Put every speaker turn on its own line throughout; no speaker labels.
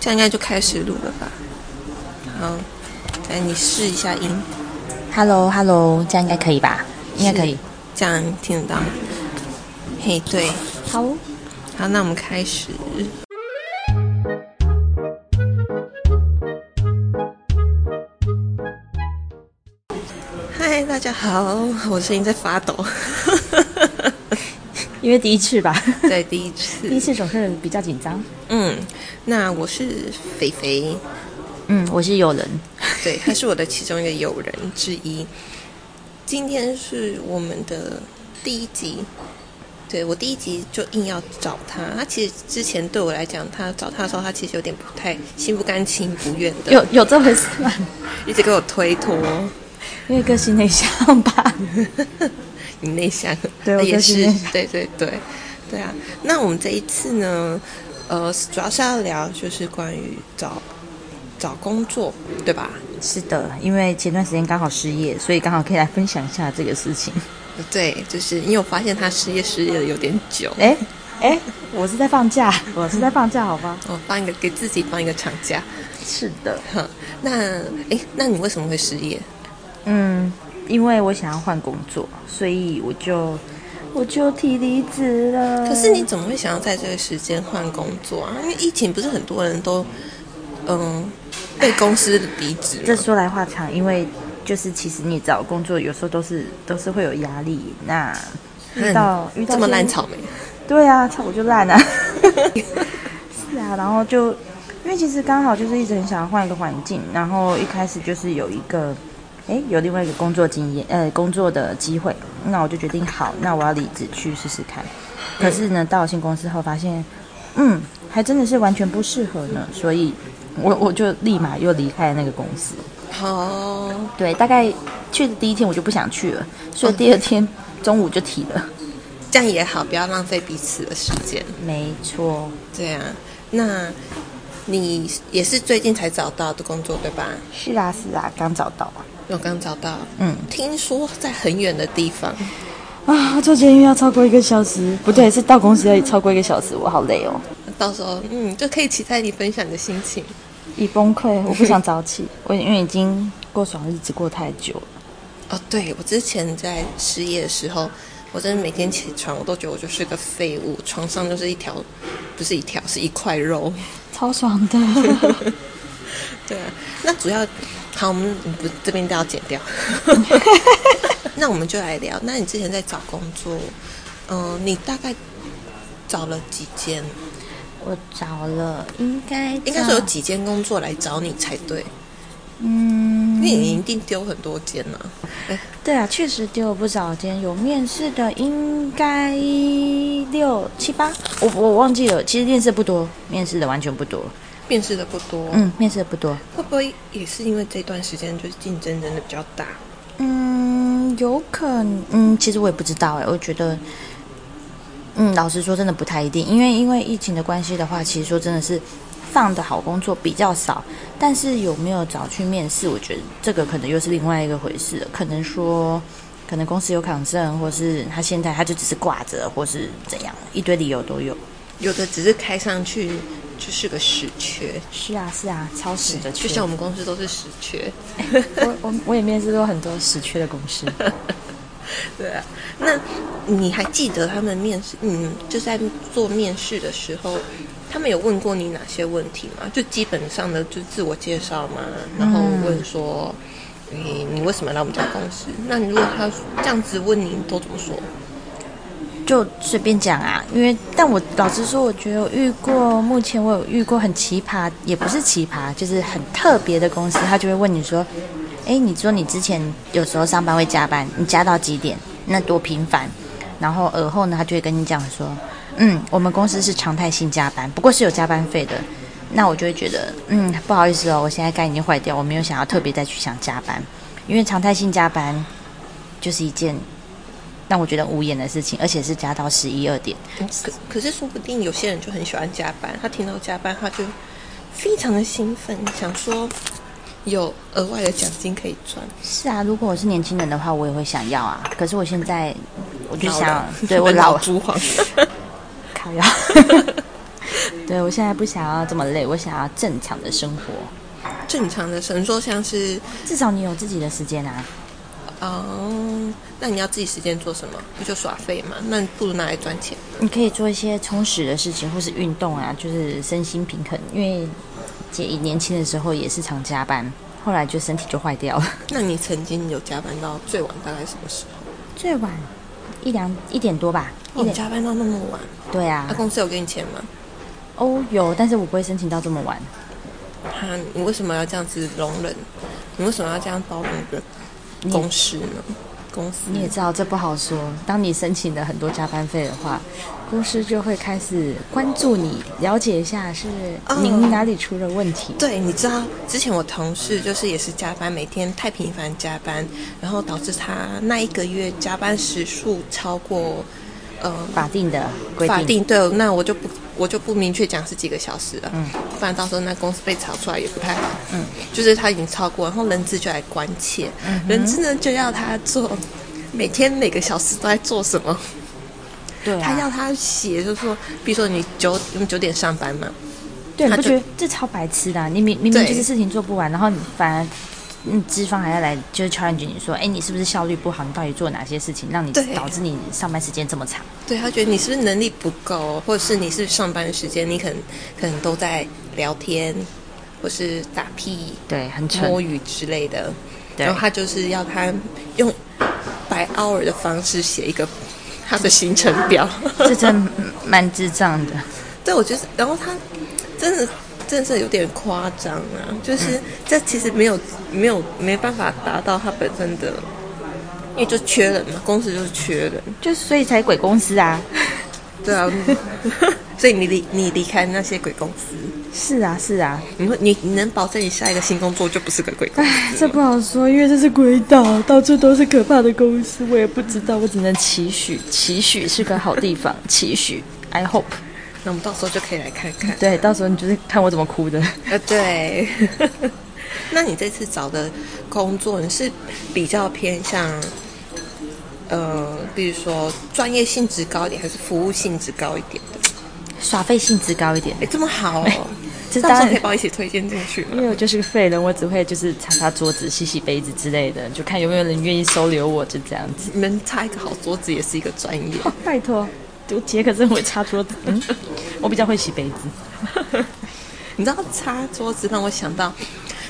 这样应该就开始录了吧？好，来你试一下音，
Hello Hello，这样应该可以吧？应该可以。
这样听得到吗。嘿，对，
好，
好，那我们开始。嗨，大家好，我声音在发抖。
因为第一次吧，
对，第一次，
第一次总是比较紧张。
嗯，那我是肥肥，
嗯，我是有人，
对，他是我的其中一个友人之一。今天是我们的第一集，对我第一集就硬要找他。他其实之前对我来讲，他找他的时候，他其实有点不太心不甘情不愿的，
有有这回事吗？
一直给我推脱。
因为个性内向吧。
你内向，
对
那
我
也
个性
是
内，向
对对对，对啊。那我们这一次呢，呃，主要是要聊就是关于找找工作，对吧？
是的，因为前段时间刚好失业，所以刚好可以来分享一下这个事 情。
对，就是因为我发现他失业失业的有点久，
哎哎，我是在放假，我是在放假，好吧？
我哦放一个给自己放一个长假。
是的，
哼，那诶，那你为什么会失业？
嗯，因为我想要换工作，所以我就我就提离职了。
可是你怎么会想要在这个时间换工作啊？因为疫情不是很多人都嗯被公司离职
这
吗？
说来话长，因为就是其实你找工作有时候都是都是会有压力。那遇到、遇到
这么烂
现
草莓，
对啊，差我就烂啊。 是啊，然后就因为其实刚好就是一直很想要换一个环境，然后一开始就是有一个，诶，有另外一个工作经验，呃，工作的机会，那我就决定好，那我要离职去试试看。可是呢，到了新公司后发现，嗯，还真的是完全不适合呢，所以我我就立马又离开了那个公司。
哦，
对，大概去的第一天我就不想去了，所以第二天中午就提了。
这样也好，不要浪费彼此的时间。
没错，
对啊，那你也是最近才找到的工作对吧？
是啊是啊，刚找到啊。
我刚找到，
嗯
听说在很远的地方。
啊，坐监狱要超过一个小时，不对，是到公司要超过一个小时，我好累 哦，
到时候，嗯，就可以期待你分享你的心情。
已崩溃，我不想早起，我因为已经过爽日子过太久了。
哦，对我之前在失业的时候，我真的每天起床，我都觉得我就是个废物，床上就是一条，不是一条，是一块肉。
超爽的，
对啊，那主要，好，我们不这边都要剪掉。 那我们就来聊，那你之前在找工作，嗯、你大概找了几间？
我找了，应该
应该说有几间工作来找你才对，
嗯，
因为你一定丢很多间啊了、
对啊，确实丢了不少间，有面试的应该六七八，我我忘记了。其实面试不多，面试的完全不多。
面试的不多，
嗯，面试的不多。
会不会也是因为这段时间就是竞争真的比较大？
嗯，有可能。嗯，其实我也不知道哎、我觉得，嗯，老实说，真的不太一定，因为因为疫情的关系的话，其实说真的是放的好工作比较少，但是有没有找去面试，我觉得这个可能又是另外一个回事了。可能说，可能公司有抗争，或是他现在他就只是挂着，或是怎样，一堆理由都有。
有的只是开上去就是个死缺，
是啊，是啊，超时的
就像我们公司都是死缺。
我 我我也面试过很多时缺的公司。
对啊，那你还记得他们面试，嗯，就在做面试的时候，他们有问过你哪些问题吗？就基本上的就自我介绍嘛，然后问说。你你为什么来我们家公司？那你如果他这样子问你，你都怎么说？
就随便讲啊，因为但我老实说，我觉得我遇过，目前我有遇过很奇葩，也不是奇葩，就是很特别的公司，他就会问你说，哎，你说你之前有时候上班会加班，你加到几点？那多频繁？然后而后呢，他就会跟你讲说，嗯，我们公司是常态性加班，不过是有加班费的。那我就会觉得，嗯，不好意思哦，我现在肝已经坏掉，我没有想要特别再去想加班，因为常态性加班就是一件让我觉得无言的事情，而且是加到十一二点。
可可是说不定有些人就很喜欢加班，他听到加班他就非常的兴奋，想说有额外的奖金可以赚。
是啊，如果我是年轻人的话，我也会想要啊。可是我现在，我就
老
想
了，
对我老
朱黄。
靠腰。 对我现在不想要这么累，我想要正常的生活。
正常的神说像是
至少你有自己的时间啊。
哦，那你要自己时间做什么？不就耍废吗？那你不如拿来赚钱。
你可以做一些充实的事情，或是运动啊，就是身心平衡。因为姐年轻的时候也是常加班，后来就身体就坏掉了。
那你曾经有加班到最晚大概什么时候？
最晚一两一点多吧，
哦，
一
你
点、
加班到那么晚？
对
那、
啊，
公司有给你钱吗？
哦有，但是我不会申请到这么晚。
哈、啊你为什么要这样子容忍？你为什么要这样包容一个公司呢？公司
你也知道这不好说，当你申请了很多加班费的话，公司就会开始关注你，了解一下是
哦
您哪里出了问题。
对，你知道之前我同事就是也是加班，每天太频繁加班，然后导致他那一个月加班时数超过，呃，
法定的规
法
定，
定对，那我就不我就不明确讲是几个小时了，
嗯
不然到时候那公司被炒出来也不太好，
嗯，
就是他已经超过，然后人资就来关切，人资呢就要他做每天每个小时都在做什么，
对啊，
他要他写，就是说，比如说你九你九点上班嘛，
对，你
他
不
就
觉得这超白痴的啊、你明明明
对
就是事情做不完，然后你反而。嗯，资方还要来就是 challenge 你说，哎，你是不是效率不好？你到底做哪些事情让你
对
导致你上班时间这么长？
对他觉得你是不是能力不够，或者是你是上班时间你可能可能都在聊天，或是打屁、
对，很
摸
蠢。
鱼之类的，
对
然后他就是要他用 by hour 的方式写一个他的行程表。
这真蛮智障的。
对，我觉得，然后他真的真的是有点夸张啊，
嗯
就是这其实没有没有没办法达到他本身的，因为就缺人嘛，公司就是缺人。
就所以才鬼公司啊！
对啊， 所以你离你离开那些鬼公司，
是啊，是啊，
你会你你能保证你下一个新工作就不是个鬼公
唉，
司
这
吗？
不好说，因为这是鬼岛，到处都是可怕的公司，我也不知道，我只能期许，期许是个好地方，期许，I hope。
那我们到时候就可以来看看。
对，到时候你就是看我怎么哭的。
啊，对。 那你这次找的工作，你是比较偏向，呃，比如说专业性质高一点，还是服务性质高一点的？
耍废性质高一点，
哎，这么好 哦！
这
到
当
时候
然
可以把我一起推荐进去吗
因？为我就是个废人，我只会就是擦擦桌子、洗洗杯子之类的，就看有没有人愿意收留我，就这样子。
你们擦一个好桌子也是一个专业。
哦，拜托，我姐可真会擦桌子，嗯，我比较会洗杯子。
你知道擦桌子让我想到，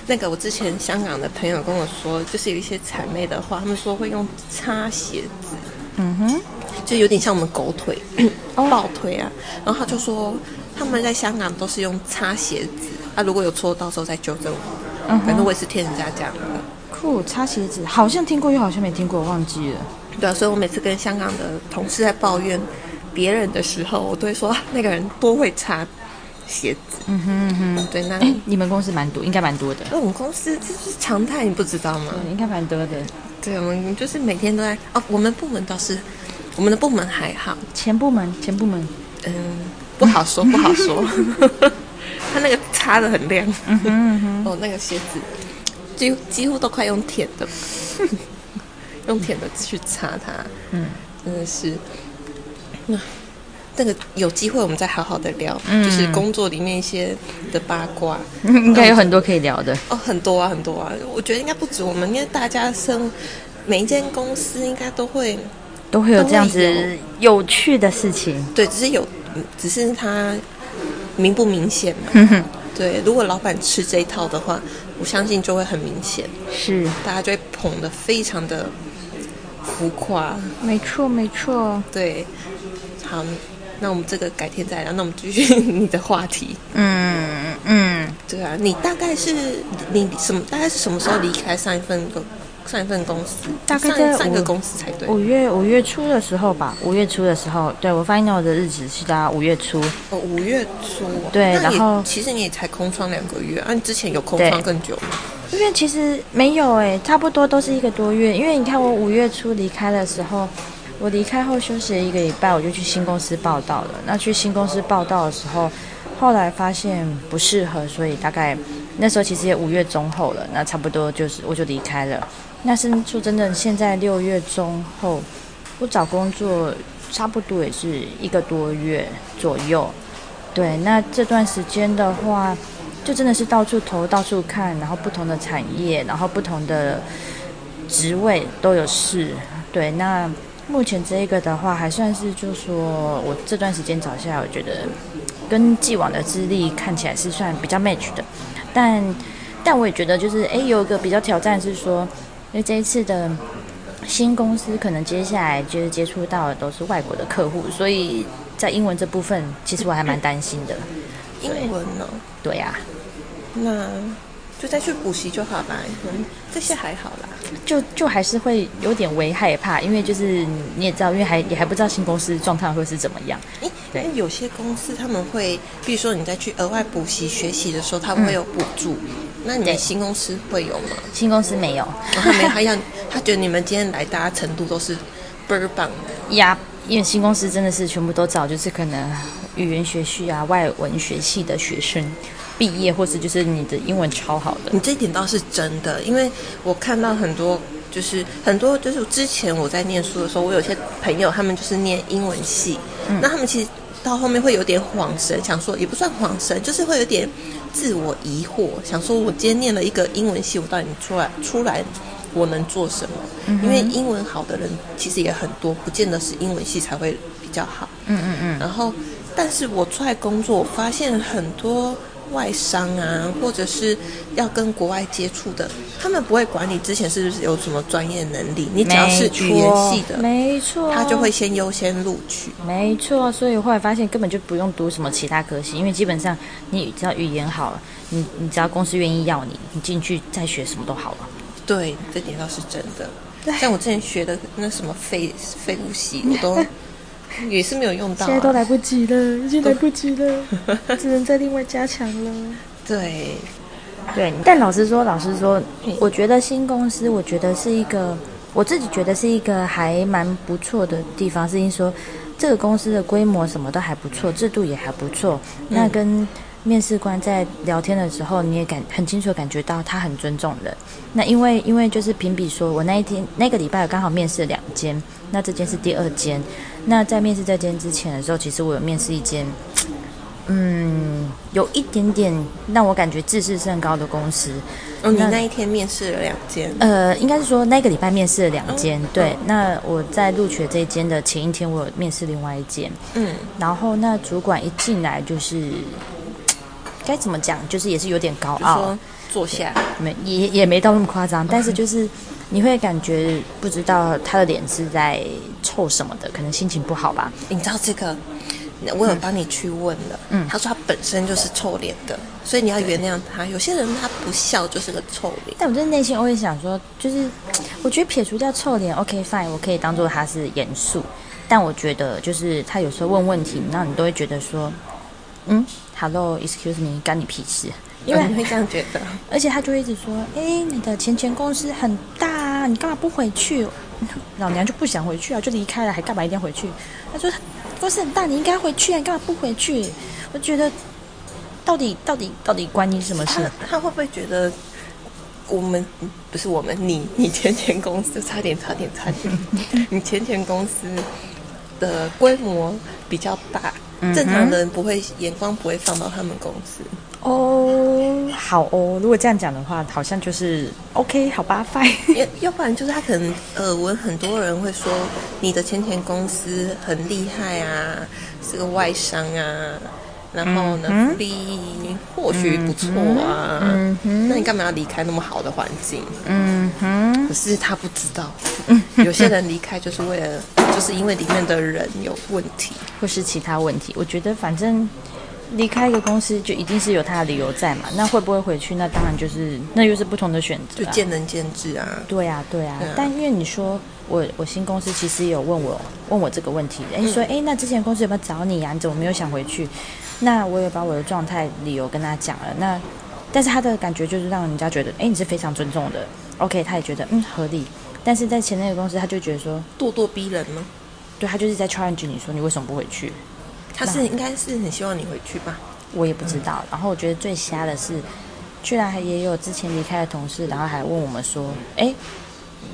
那个我之前香港的朋友跟我说，就是有一些谄媚的话，他们说会用擦鞋子，
嗯哼，
就有点像我们狗腿、
哦
抱腿啊。然后他就说他们在香港都是用擦鞋子，啊，如果有错，到时候再纠正我。
嗯哼
反正我也是听人家讲的。
酷，擦鞋子好像听过，又好像没听过，忘记了。
对啊，所以我每次跟香港的同事在抱怨别人的时候，我都会说啊那个人多会擦鞋子。嗯哼哼，对， 那
哎，你们公司蛮多，应该蛮多的。
哦那我们公司这是常态，你不知道吗？
嗯，应该蛮多的。
对，我们就是每天都在哦。我们部门倒是，我们的部门还好，
前部门，前部门，
嗯，不好说，不好 说。他那个擦的很亮，
嗯
哦，那个鞋子几乎几乎都快用舔 的，用舔的去擦它，
嗯，
真的是。那那个有机会我们再好好的聊，
嗯
就是工作里面一些的八卦，
应该有很多可以聊的。
哦，很多啊，很多啊。我觉得应该不止我们，因为大家生每一间公司应该都会
都会有这样
都
子
会
有趣的事情。
对，只是有，嗯只是它明不明显嘛。
嗯哼哼，
对，如果老板吃这一套的话，我相信就会很明显，
是，
大家就会捧得非常的浮夸。
没错，没错。
对，好，那我们这个改天再聊。那我们继续你的话题。
嗯嗯，
对啊，你大概是你什么？大概是什么时候离开上一份公上一份公司？
大概在
上上一
我
个公司才对。
五月五月初的时候吧，五月初的时候，对我发现我的日子是到五月初，
哦，五月初哦。
对
那
然
也
后
其实你也才空窗两个月，啊，你之前有空
对
窗更久吗？
因为其实没有哎、差不多都是一个多月。因为你看我五月初离开的时候，我离开后休息了一个礼拜，我就去新公司报道了。那去新公司报道的时候，后来发现不适合，所以大概那时候其实也五月中后了，那差不多就是我就离开了。那是说真的，现在六月中后，我找工作差不多也是一个多月左右。对，那这段时间的话，就真的是到处投、到处看，然后不同的产业，然后不同的职位都有试。对，那目前这一个的话，还算是就说我这段时间找下来，我觉得跟既往的资历看起来是算比较 match 的，但但我也觉得就是诶，有一个比较挑战是说，因为这一次的。新公司可能接下来就是接触到的都是外国的客户，所以在英文这部分，其实我还蛮担心的。
英文呢、
对啊呀、
那就再去补习就好啦。嗯，这些还好啦。
就就还是会有点微害怕，因为就是你也知道，因为还也还不知道新公司状态会是怎么样。
诶因
对
为有些公司他们会，比如说你再去额外补习学习的时候，他们会有补助。那你们
嗯对
新公司会有吗？
新公司没有
然后没有，他要 他觉得你们今天来，大家程度都是倍儿棒的。
呀，因为新公司真的是全部都找就是可能语言学系啊、外文学系的学生毕业，或是就是你的英文超好的。
你这一点倒是真的，因为我看到很多，就是很多，就是之前我在念书的时候，我有些朋友他们就是念英文系，那他们其实到后面会有点恍神，想说也不算恍神，就是会有点自我疑惑，想说我今天念了一个英文系，我到底出来出来我能做什么？因为英文好的人其实也很多，不见得是英文系才会比较好。
嗯嗯嗯，
然后，但是我出来工作，我发现很多外商啊，或者是要跟国外接触的，他们不会管你之前是不是有什么专业能力，你只要是语言系的，
没错，
他就会先优先录取。
没错，所以后来发现根本就不用读什么其他科系，因为基本上你只要语言好了，你你只要公司愿意要你，你进去再学什么都好了。
对，这点倒是真的。像我之前学的那什么废废物系，我 都也是没有用到、
现在都
啊。
来不及了，已经来不及了，只能再另外加强了。
对，
对，但老实说，老实说，我觉得新公司，我觉得是一个，我自己觉得是一个还蛮不错的地方，是因为说这个公司的规模什么都还不错，制度也还不错。那跟面试官在聊天的时候，你也感很清楚地感觉到他很尊重人。那因为因为就是评比说，我那一天那个礼拜刚好面试两间，那这间是第二间。那在面试这间之前的时候，其实我有面试一间。嗯，有一点点让我感觉自视甚高的公司，
哦，你
那
那一天面试了两间，
呃，应该是说那个礼拜面试了两间，
嗯
对。那我在录取这一间的前一天，我有面试另外一间，
嗯，
然后那主管一进来就是，该怎么讲，就是也是有点高
就
傲，
说嗯坐下。
没也也没到那么夸张，但是就是你会感觉不知道他的脸是在臭什么的，可能心情不好吧。
你知道这个，我有帮你去问了。
嗯
他说他本身就是臭脸的，所以你要原谅他。有些人他不笑就是个臭脸。
但我真的内心我也想说，就是我觉得撇除掉臭脸，OK fine，我可以当做他是严肃，但我觉得就是他有时候问问题，那你都会觉得说，嗯，Hello，excuse me，干你屁事？因为、
你会这样觉得，
而且他就会一直说，哎、你的前前公司很大啊，你干嘛不回去？老娘就不想回去啊，就离开了，还干嘛一定要回去？他说公司很大，你应该回去啊，你干嘛不回去？我觉得到底到底到底关你什么
他
事？
他会不会觉得我们不是我们你你前前公司差点差点差 点，你前前公司的规模比较大，
嗯哼
正常人不会眼光不会放到他们公司。
哦，好哦，如果这样讲的话，好像就是 OK，好吧，fine。
要要不然就是他可能耳闻很多人会说你的前前公司很厉害啊，是个外商啊，然后呢、
嗯
福利或许不错啊，那你干嘛要离开那么好的环境？
嗯哼，
可是他不知道， 有些人离开就是为了，就是因为里面的人有问题。
或是其他问题，我觉得反正离开一个公司就一定是有他的理由在嘛。那会不会回去？那当然就是那又是不同的选择、
就
啊。
见仁见智啊，
对啊，对啊
对啊。
但因为你说我我新公司其实也有问我问我这个问题，哎，说哎那之前公司有没有找你呀、你怎么没有想回去？那我也把我的状态理由跟他讲了。那但是他的感觉就是让人家觉得，哎，你是非常尊重的。OK，他也觉得嗯合理。但是在前那个公司，他就觉得说，
咄咄逼人呢。
对他就是在 challenge 你说你为什么不回去？
他是应该是很希望你回去吧？
我也不知道。然后我觉得最瞎的是，居然还也有之前离开的同事，然后还问我们说，哎，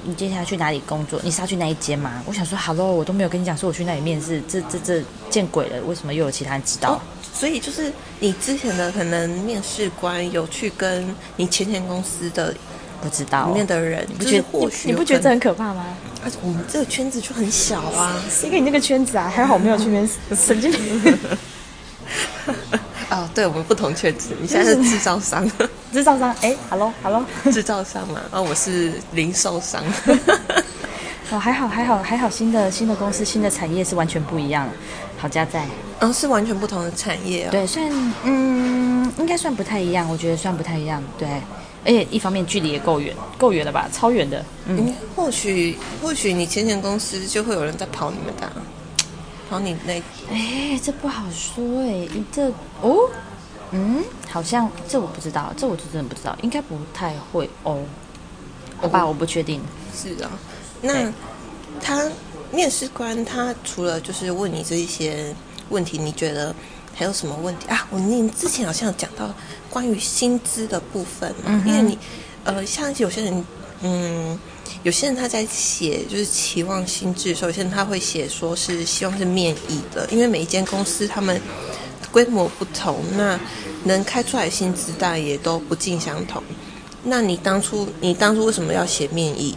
你接下来去哪里工作？你是要去那一间吗？我想说，Hello，我都没有跟你讲说我去那里面试，这这这见鬼了！为什么又有其他人知道？
哦，所以就是你之前的可能面试官有去跟你前前公司的
不知道、
里面的人，
你不
就是
觉得
或许
你
有
不觉得
可
这
能
很可怕吗？
啊我们这个圈子就很小啊。
因为你那个圈子啊，还好我没有去 面试，神经病，
哦，对，我们不同圈 子，你现在是制造商，
制造商，哎，Hello Hello，
制造商嘛，啊，我是零售 商。
哦，还好还好还好，新的新的公司新的产业是完全不一样的，好家在。
嗯、是完全不同的产业哦。
对，算嗯，应该算不太一样，我觉得算不太一样。对，而且一方面距离也够远，够远了吧？超远的。嗯，
嗯，或许或许你前前公司就会有人在跑你们的啊、跑你那
哎，这不好说哎，这哦，嗯，好像这我不知道，这我就真的不知道，应该不太会哦。我吧，我不确定。
是啊。那他面试官他除了就是问你这一些问题，你觉得还有什么问题啊？我你之前好像有讲到关于薪资的部分嘛，因为你呃，像有些人嗯。有些人他在写就是期望薪资的时候，有些人他会写说是希望是面议的，因为每一间公司他们规模不同，那能开出来的薪资大也都不尽相同。那你当初你当初为什么要写面议？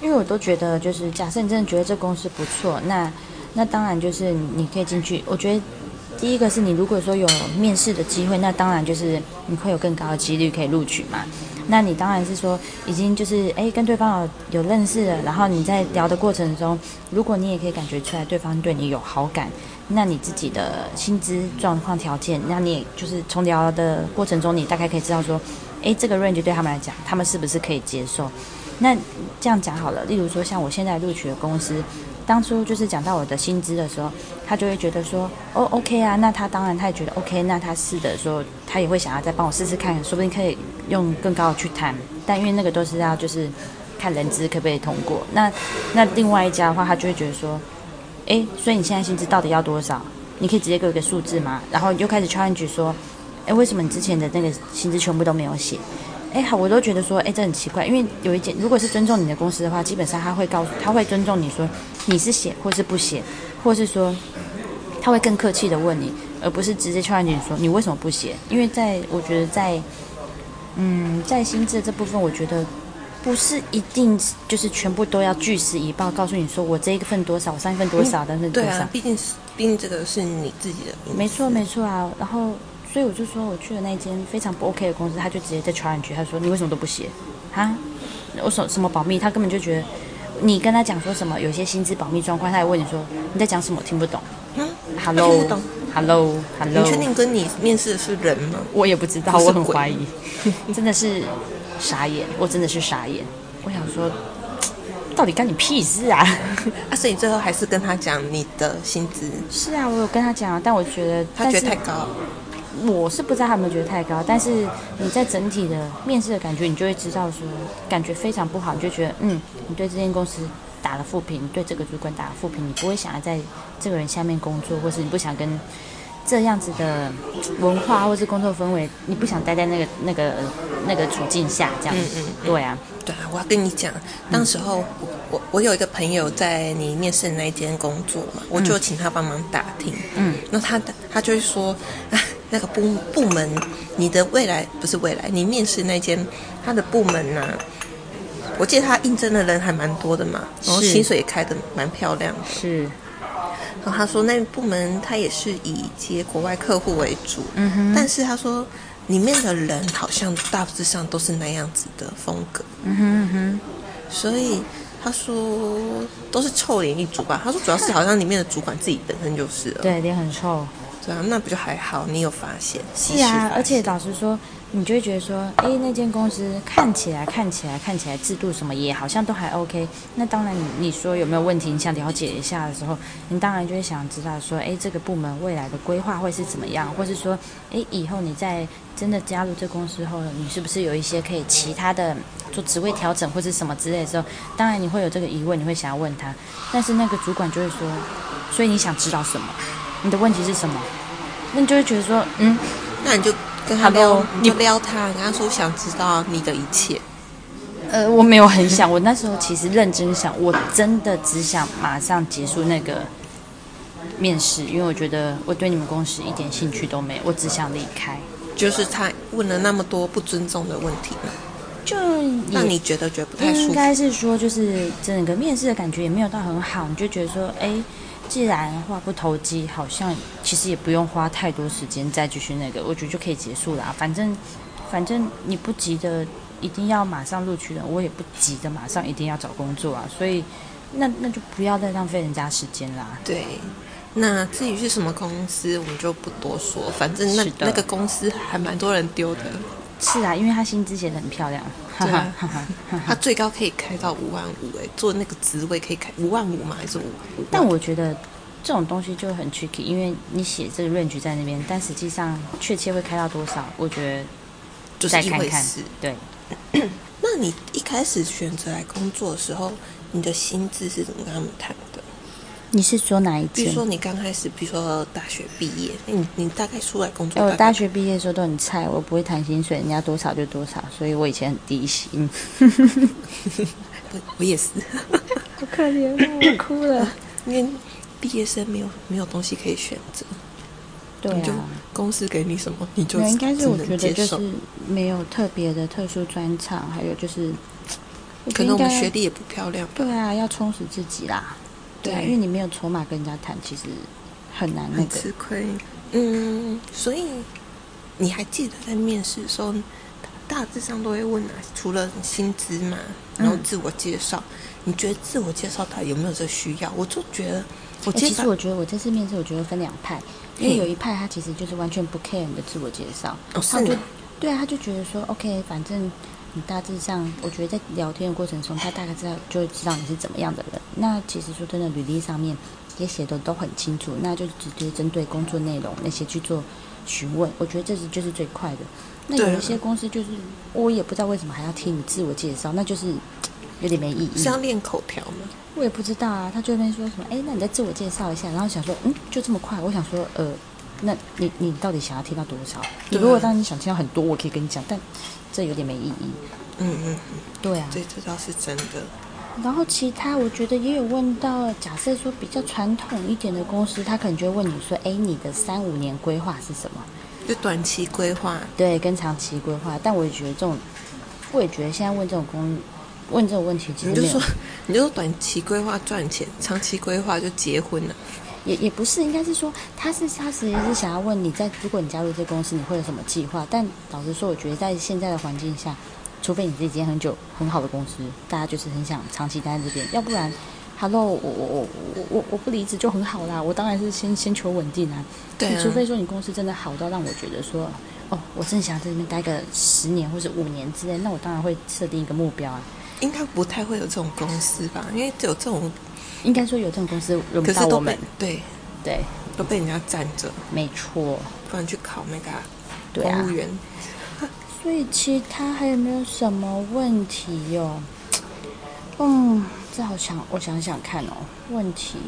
因为我都觉得，就是假设你真的觉得这公司不错，那那当然就是你可以进去。我觉得第一个是你如果说有面试的机会，那当然就是你会有更高的几率可以录取嘛。那你当然是说已经就是哎跟对方有有认识了，然后你在聊的过程中，如果你也可以感觉出来对方对你有好感，那你自己的薪资状况条件，那你也就是从聊的过程中，你大概可以知道说，哎这个 range 对他们来讲，他们是不是可以接受？那这样讲好了，例如说像我现在录取的公司，当初就是讲到我的薪资的时候，他就会觉得说，哦，OK 啊，那他当然他也觉得 OK，那他试的时候，他也会想要再帮我试试看，说不定可以用更高的去谈，但因为那个都是要就是看人资可不可以通过。那那另外一家的话，他就会觉得说，诶，所以你现在薪资到底要多少？你可以直接给我一个数字吗？然后你就开始 challenge 说，诶，为什么你之前的那个薪资全部都没有写？哎，好，我都觉得说，哎，这很奇怪，因为有一件，如果是尊重你的公司的话，基本上他会告诉，他会尊重你说你是写或是不写，或是说他会更客气的问你，而不是直接劝你说你为什么不写，因为在我觉得在，嗯，在心智这部分，我觉得不是一定就是全部都要据实以报，告诉你说我这一份多少，我上一份多少，等等多
对
少
啊，，毕竟是毕竟这个是你自己的名字，
没错，没错啊。然后，所以我就说我去了那间非常不 OK 的公司，他就直接在 challenge，他说你为什么都不写啊？我什什么保密？他根本就觉得你跟他讲说什么有一些薪资保密状况，他还问你说你在讲什么？我听不懂。
嗯，听不懂
Hello，Hello，Hello。
你确定跟你面试的是人吗？
我也不知道，
不是
我很
鬼
怀疑，真的是傻眼，我真的是傻眼。我想说，到底干你屁事啊？
啊，所以最后还是跟他讲你的薪资，
是啊，我有跟他讲啊，但我觉得，
他觉
但
得
是
太高，
我是不知道他有没有觉得太高，但是你在整体的面试的感觉，你就会知道说感觉非常不好，你就觉得嗯，你对这间公司打了负评，对这个主管打了负评，你不会想要在这个人下面工作，或是你不想跟这样子的文化或是工作氛围，你不想待在那个那个那个处境下这样子。对啊，
对啊，我要跟你讲，当时候我我我有一个朋友在你面试的那一间工作
嗯
嘛，我就请他帮忙打听，嗯，那他他就会说，啊，那个部部门，你的未来不是未来，你面试那间他的部门呐、我记得他应征的人还蛮多的嘛，然后
是
薪水也开的蛮漂亮的。
是
然后哦他说那部门他也是以接国外客户为主，嗯哼，但是他说里面的人好像大致上都是那样子的风格，嗯哼哼，所以他说都是臭脸一族吧。他说主要是好像里面的主管自己本身就是了，
对脸啊很臭。
对啊，那不就还好？你有发现？及
是
时
啊
发，
而且
现
老实说，你就会觉得说，诶，那间公司看起来、看起来、看起来制度什么也好像都还 OK。那当然你，你说有没有问题，你想了解一下的时候，你当然就会想知道说，诶，这个部门未来的规划会是怎么样，或是说，诶，以后你在真的加入这公司后，你是不是有一些可以其他的做职位调整或是什么之类的时候，当然你会有这个疑问，你会想要问他，但是那个主管就会说，所以你想知道什么？你的问题是什么？那你就会觉得说，嗯，
那你就跟他撩
Hello，，
你就撩他，跟他说想知道你的一切，
呃，我没有很想，我那时候其实认真想，我真的只想马上结束那个面试，因为我觉得我对你们公司一点兴趣都没有，我只想离开。
就是他问了那么多不尊重的问题嘛，
就也
让你觉得觉得不太舒
应
服。
该是说，就是整个面试的感觉也没有到很好，你就觉得说，哎，既然话不投机，好像其实也不用花太多时间再继续那个，我觉得就可以结束了、啊。反正，反正你不急的一定要马上录取人，我也不急的马上一定要找工作啊，所以那那就不要再浪费人家时间啦。
对，那至于是什么公司，我们就不多说，反正那
是的
那个公司还蛮多人丢的，
是啊，因为他薪资写的很漂亮，哈
对
哈
啊
哈哈。
他最高可以开到五万五，哎，做那个职位可以开五万五吗？还是五？五万
但我觉得这种东西就很 tricky，因为你写这个 range 在那边，但实际上确切会开到多少，我觉
就是
得再
一
看
回
看
事。。
对，
那你一开始选择来工作的时候，你的薪资是怎么跟他们谈的？
你是说哪一
比如
间？哦
说你刚开始，比如说大学毕业，你你大概出来工
哎，
作，
我大学毕业的时候都很菜，我不会谈薪水，人家多少就多少，所以我以前很低 薪。
我我也是，
好可怜哦，我哭了。
因为毕业生没有没有东西可以选择，
对
你就
啊，
公司给你什么你就
没有应该
只
是我
能
觉得
接
就
受
是没有特别的特殊专长，还有就是，我觉
可
得
能
应
我们
该
学历也不漂亮吧，
对啊，要充实自己啦。对啊，
对
因为你没有筹码跟人家谈，其实很难那
很
个。
吃亏。嗯，所以你还记得在面试的时候，大致上都会问啊，除了薪资嘛，然后
嗯
自我介绍，你觉得自我介绍他有没有这需要？我就觉得，我
欸
介
其
绍
实我觉得我这次面试，我觉得分两派，因为
嗯
有一派他其实就是完全不 care 你的自我介绍，
哦
他
是
就
吗
对啊，他就觉得说 OK，反正你大致上，我觉得在聊天的过程中，他大概知道就会知道你是怎么样的人。那其实说真的，履历上面也写的都很清楚，那就直接针对工作内容那些去做询问，我觉得这是就是最快的。那
对啊
有一些公司就是我也不知道为什么还要听你自我介绍，那就是有点没意义。
是要练口条吗？
我也不知道啊，他就在那边说什么，哎，那你再自我介绍一下，然后想说，嗯，就这么快？我想说，呃，那你你到底想要听到多少？
对
你
啊
如果当然你想听到很多，我可以跟你讲，但这有点没意义。
嗯嗯，
对啊，
对，这倒是真的。
然后其他我觉得也有问到，假设说比较传统一点的公司，他可能就会问你说，哎，你的三五年规划是什么？
就短期规划，
对，跟长期规划。但我也觉得这种，我也觉得现在问这种公问这种问题，其
你
实
就
没有
说， 你就说短期规划赚钱，长期规划就结婚了。
也也不是，应该是说他是他其实是想要问你在如果你加入这公司你会有什么计划？但老实说，我觉得在现在的环境下，除非你是一间很久很好的公司，大家就是很想长期待在这边，要不然，Hello，我我我我我我不离职就很好啦，我当然是先先求稳定啊。
对啊
除非说你公司真的好到让我觉得说，哦，我真的想在这边待个十年或者五年之类，那我当然会设定一个目标啊。
应该不太会有这种公司吧？因为只有这种，
应该说有这种公司轮
可
不
是
到
都
我
被
们，
对
对，
都被人家占着，
没错，
不然去考那个啊
对啊
公务员。
所以其他还有没有什么问题哟、嗯，这好想我想想看哦，问题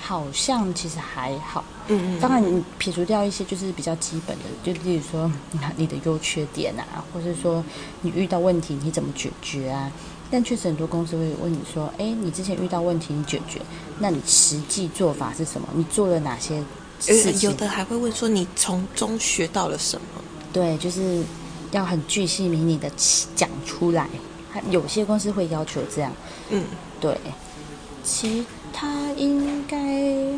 好像其实还好。
嗯嗯，
当然，你撇除掉一些就是比较基本的，就例如说 你的优缺点啊，或是说你遇到问题你怎么解决啊。但确实很多公司会问你说：“哎，你之前遇到问题你解决，那你实际做法是什么？你做了哪些事
呃
情？”
有的还会问说你从中学到了什么？
对，就是要很具细明你的讲出来。还有些公司会要求这样，
嗯，
对。其他应该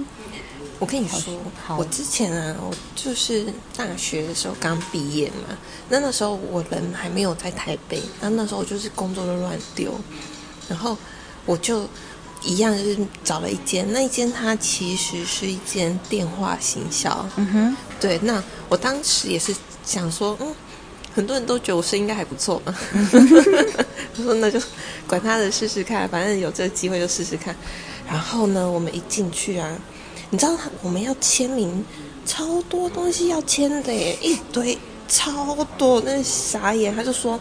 我跟你说，
好
我之前啊，我就是大学的时候刚毕业嘛，那那时候我人还没有在台北，那那时候我就是工作都乱丢，然后我就一样就是找了一间，那一间它其实是一间电话行销，
嗯哼，
对，那我当时也是想说，嗯，很多人都觉得我声音应该还不错 嘛，我说那就管他的试试看，反正有这个机会就试试看。然后呢，我们一进去啊，你知道他我们要签名，超多东西要签的耶，一堆超多，那傻眼。他就说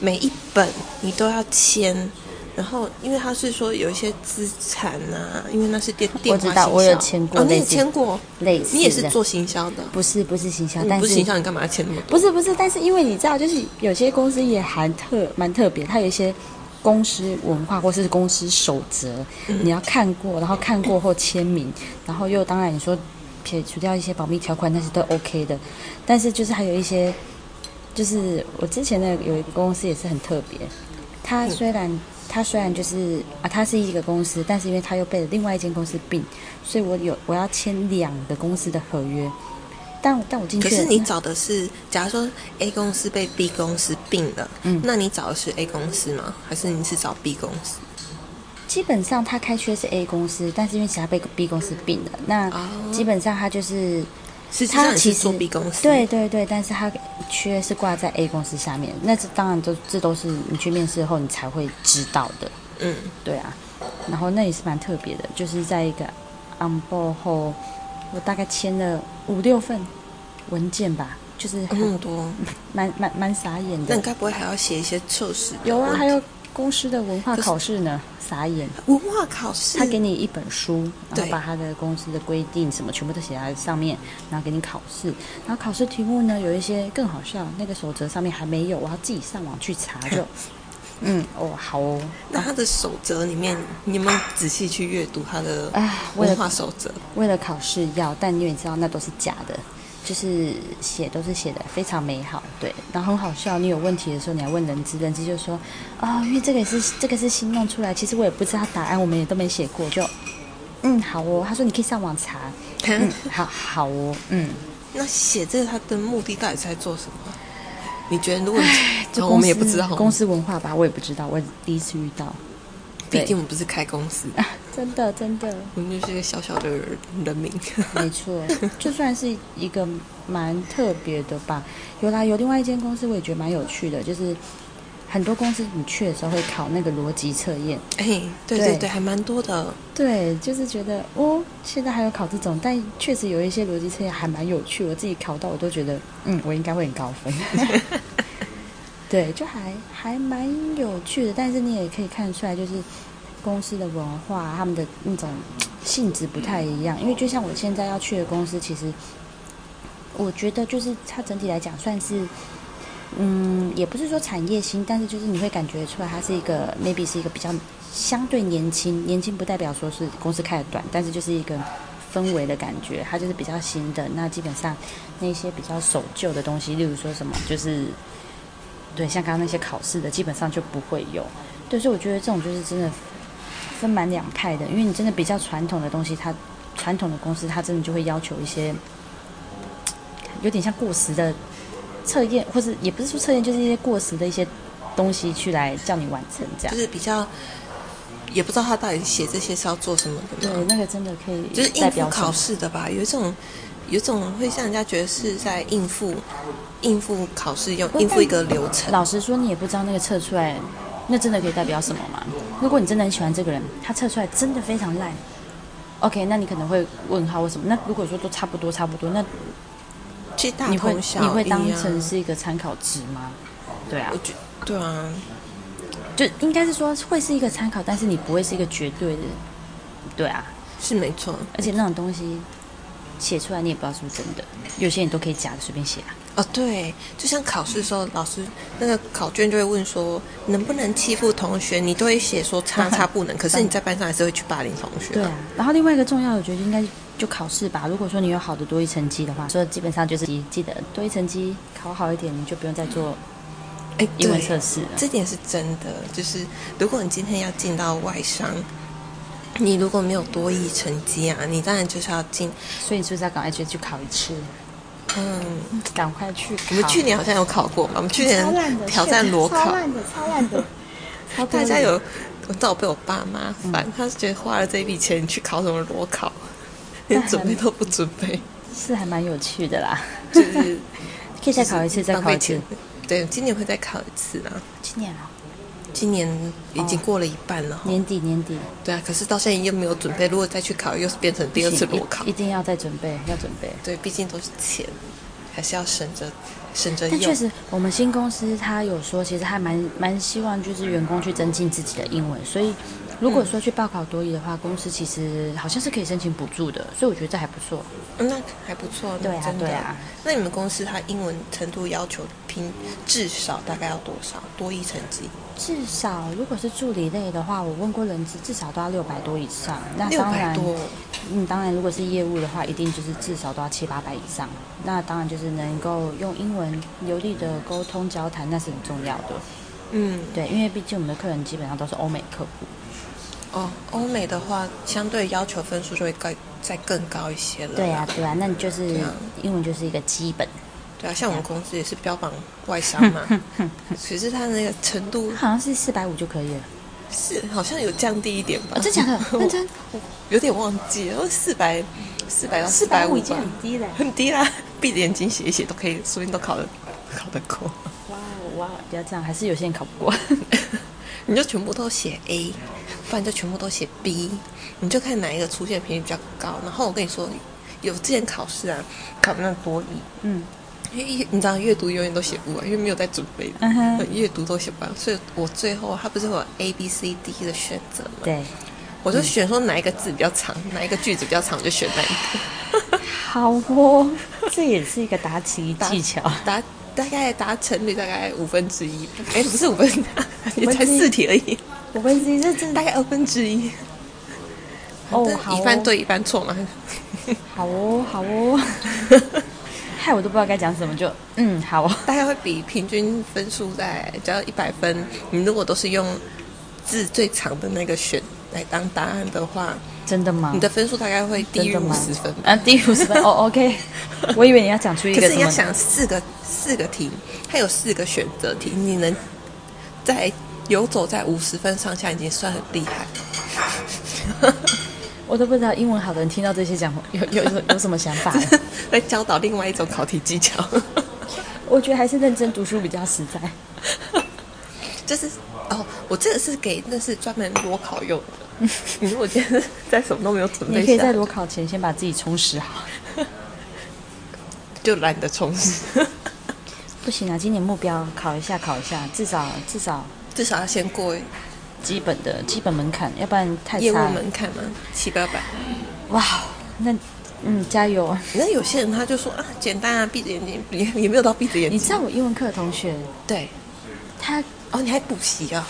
每一本你都要签，然后，因为他是说有一些资产啊，因为那是电电话
我知
行
道
销，
我有签过
哦，你
类
也
似
签过，
类似的
你也是做行销的，
不是不是行销，
你
但
不
是
是行销，你干嘛要签那么多？
不是不是，但是因为你知道，就是有些公司也还特蛮特别，它有一些公司文化或是公司守则，
嗯
你要看过，然后看过后签名，然后又当然你说撇除掉一些保密条款，那些都 OK 的，但是就是还有一些，就是我之前的有一个公司也是很特别，它虽然。它虽然就是啊，它是一个公司，但是因为它又被另外一间公司并，所以我有我要签两个公司的合约，但但我进去
可
了，
是你找的是，假如说 A 公司被 B 公司并了，
嗯
那你找的是 A 公司吗？还是你是找 B 公司？
基本上他开缺是 A 公司，但是因为其他被 B 公司并了，那
哦
基本上他就是
实际上
他
你
其
是
实
做 B 公司，
对，对对，但是他缺是挂在 A 公司下面，那这当然都这都是你去面试后你才会知道的，
嗯，
对啊。然后那也是蛮特别的，就是在一个 on board 后，我大概签了五六份文件吧，就是
那么多，
蛮蛮蛮傻眼
嗯那你
的。
该不会还要写一些测试？
有啊，还有公司的文化
可是
考试呢，傻眼。
文化考试，
他给你一本书，然后
对
把他的公司的规定什么全部都写在上面，然后给你考试。然后考试题目呢，有一些更好笑，那个守则上面还没有，我要自己上网去查就。嗯，哦，好哦，
那他的守则里面，你有没有仔细去阅读他的
哎为了
文化守则？
为了考试要，但你也知道那都是假的，就是写都是写的非常美好，对，然后很好笑。你有问题的时候，你还问人资，人资就说，哦，因为这个也是这个是新弄出来，其实我也不知道答案，我们也都没写过，就，嗯，好哦，他说你可以上网查，嗯， 好好哦，嗯，
那写这个他的目的到底是在做什么？你觉得，如果你
这
哦
公司
我们也不知道，
公司文化吧，我也不知道，我第一次遇 到，
毕竟我们不是开公司，
真的真的，
我们就是一个小小的人民。
没错，就算是一个蛮特别的吧。有啦，有另外一间公司我也觉得蛮有趣的，就是很多公司你去的时候会考那个逻辑测验。
哎、对
对
对对，还蛮多的。
对，就是觉得哦，现在还有考这种，但确实有一些逻辑测验还蛮有趣，我自己考到我都觉得，嗯，我应该会很高分。 对，就还还蛮有趣的，但是你也可以看出来，就是公司的文化，他们的那种性质不太一样。因为就像我现在要去的公司，其实我觉得就是它整体来讲算是，嗯，也不是说产业新，但是就是你会感觉出来，它是一个 maybe 是一个比较相对年轻，年轻不代表说是公司开的短，但是就是一个氛围的感觉，它就是比较新的。那基本上那些比较守旧的东西，例如说什么就是。对，像刚刚那些考试的，基本上就不会有。对，所以我觉得这种就是真的分蛮两派的，因为你真的比较传统的东西，它传统的公司它真的就会要求一些有点像过时的测验，或是也不是说测验，就是一些过时的一些东西去来叫你完成这样
就。是比较，也不知道他到底写这些是要做什么的
对，
嘛，
那个真的可以
就是
代
应付
表什
考
么
试的吧，有一种，有一种会让人家觉得是在应付应付考试用
不
应付
但
一个流程。
老实说，你也不知道那个测出来，那真的可以代表什么吗？如果你真的很喜欢这个人，他测出来真的非常烂，OK，那你可能会问号为什么？那如果说都差不多差不多，那
其实大
你会
同小异、啊、
你会当成是一个参考值吗？对啊
我，觉对啊，
就应该是说会是一个参考，但是你不会是一个绝对的，对啊。
是没错
而且那种东西写出来你也不知道是不是真的，有些人都可以假的随便写啊。
哦。对，就像考试的时候，老师那个考卷就会问说能不能欺负同学，你都会写说叉叉不 能，可是你在班上还是会去霸凌同学、
对啊，然后另外一个重要，我觉得应该就考试吧。如果说你有好的多益成绩的话，所以基本上就是记记得多益成绩考好一点，你就不用再做
哎，
英文
对
测试啊了。
这点是真的，就是如果你今天要进到外商，你如果没有多益成绩啊，你当然就是要进。
所以你是不是要赶快去去考一次？
嗯，
赶快去考。
我们去年好像有考过嘛，我们去
超烂
年
的，
嗯挑战裸
超
考，
烂的，超烂 的，超
大家有，我知道我被我爸妈烦，他是觉得花了这笔钱去考什么裸 考，连准备都不准备，
是还蛮有趣 的啦，
就是
可以再考一次，再
浪
考一
费
次
钱。。对，今年会再考一次啦。
今年啊，
今年已经过了一半了，
哦年底年底，
对啊，可是到现在又没有准备，如果再去考，又是变成第二次
不行
裸考
一一。定要再准备，要准备。
对，毕竟都是钱，还是要省着省着
但确
用。
实，我们新公司他有说，其实还蛮蛮希望就是员工去增进自己的英文，所以如果说去报考多语的话，公司其实好像是可以申请补助的，所以我觉得这还不错。
嗯那还不错，那
对啊
真，的
对啊。
那你们公司它英文程度要求平至少大概要多少？多一成绩？
至少如果是助理类的话，我问过人资，至少都要六百多以上。那
六
当
百
然，
多，
嗯，当然，如果是业务的话，一定就是至少都要七八百以上。那当然就是能够用英文流利的沟通交谈，那是很重要的。
嗯，
对，因为毕竟我们的客人基本上都是欧美客户。
哦，欧美的话相对要求分数就会更再更高一些了。
对啊，，对啊，那你就是、
对啊
英文就是一个基本。
对啊，像我们公司也是标榜外商 嘛，只是它那个程度
好像是四百五就可以了。
是好像有降低一点吧？
哦，真假的？ 认真？
有点忘记了，四百四百到四百
450
五
已经
吧，
很低了。
很低啦，闭着眼睛写一写都可以，说不定都考得考得过。
哇哦哇！不要这样，还是有些人考不过。
你就全部都写 A，不然就全部都写 B，你就看哪一个出现频率比较高。然后我跟你说，有之前考试啊，考那多语，
嗯，
因为一你知道阅读永远都写不完，因为没有在准备
嗯哼，
阅读都写不完，所以我最后它不是会有 A B C D 的选择嘛，
对，
我就选说哪一个字比较长，哪一个句子比较长，我就选哪一个。
好哦，这也是一个答题技巧。
达大概达成率大概五分之一，哎，不是五 分，也才
分之一
四题而已，
我问自己，这真的
大概二分之一。反
哦
正
好哦
一半对一半错嘛。
好哦，好哦， 害我都不知道该讲什么，就嗯，好哦。
大概会比平均分数在只要一百分，你如果都是用字最长的那个选来当答案的话，
真的吗？
你的分数大概会低
真
于
的
五
吗
十分吧。
啊，低于五十分哦，OK。我以 为你要讲出一
可
个
是
什
你要
么，
想四个四个题，它有四个选择题，你能在游走在五十分上下已经算很厉害了。
我都不知道英文好的人听到这些讲有有有有什么想法。
在教导另外一种考题技巧，
我觉得还是认真读书比较实在。
就是哦，我这个是给那是专门裸考用的。你如果今天在什么都没有准备
你可以
下
在
来，
裸考前先把自己充实好。
就懒得 充实，
不行啊，今年目标考一下，考一下，至少至少
至少要先过
基本的基本门槛，要不然太
业务
差。
门槛嘛，七八百。
哇，那嗯，加油！
那有些人他就说啊，简单啊，闭着眼睛，也也没有到闭着眼
你
睛。
知道我英文课的同学，
对，
他
哦，你还补习啊？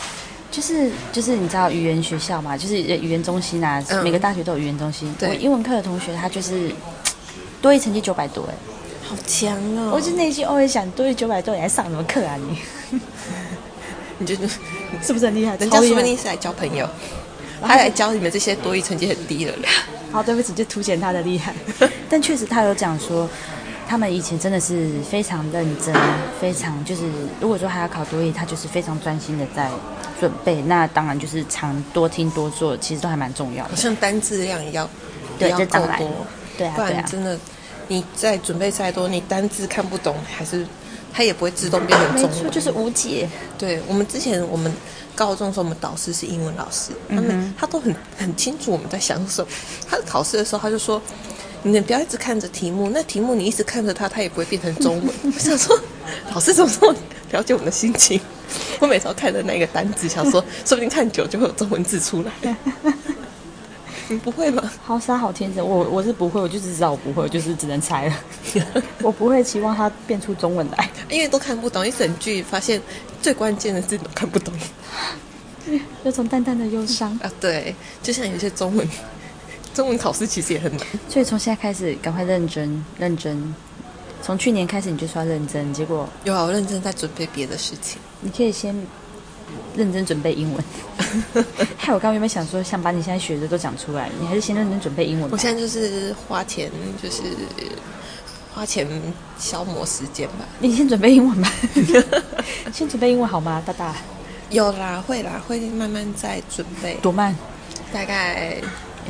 就是就是你知道语言学校嘛，就是语言中心啊，
嗯
每个大学都有语言中心。
对
我英文课的同学他就是嘖多一成绩九百多哎，
好强哦！
我就内心偶尔想，多一九百多你还上什么课啊你？
你就
是不是很厉害？
人家
超厉
说
害
不定是来交朋友，他来教你们这些多语成绩很低的人。
好，对不起，就凸显他的厉 害。但确实，他有讲说，他们以前真的是非常认真，非常就是，如果说还要考多艺，他就是非常专心的在准备。那当然就是常多听多做，其实都还蛮重要的
好。像单字量也要
对
也要
这
够
当然
多，
对啊
不
对
然
啊
真的你再准备再多，你单字看不懂，还是它也不会自动变成中文。
就是无解。
对我们之前我们高中的时候，我们导师是英文老师，他们、他都很很清楚我们在想什么。他考试的时候他就说：“你们不要一直看着题目，那题目你一直看着它，它也不会变成中文。” 我想说，老师怎么这么 了解我们的心情？我每次要看着那个单字，想说，说不定看久就会有中文字出来。 你不会吗？
好傻，好天真。我我是不会，我就只知道我不会，我就是只能猜 了。我不会期望他变出中文来。
因为都看不懂一整句，发现最关键的字都看不懂
有种淡淡的忧伤。
啊！对，就像有些中文，中文考试其实也很难。
所以从现在开始，赶快认真认真。从去年开始你就说要认真，结果
有啊，我认真在准备别的事情。
你可以先认真准备英文。 害我刚原本想说想把你现在学的都讲出来，你还是先认真准备英文吧
我。现在就是花钱，就是花钱消磨时间吧。
你先准备英文 吧，先准备英文好吗，大大？
有啦，会啦，会慢慢再准备。
多慢？
大概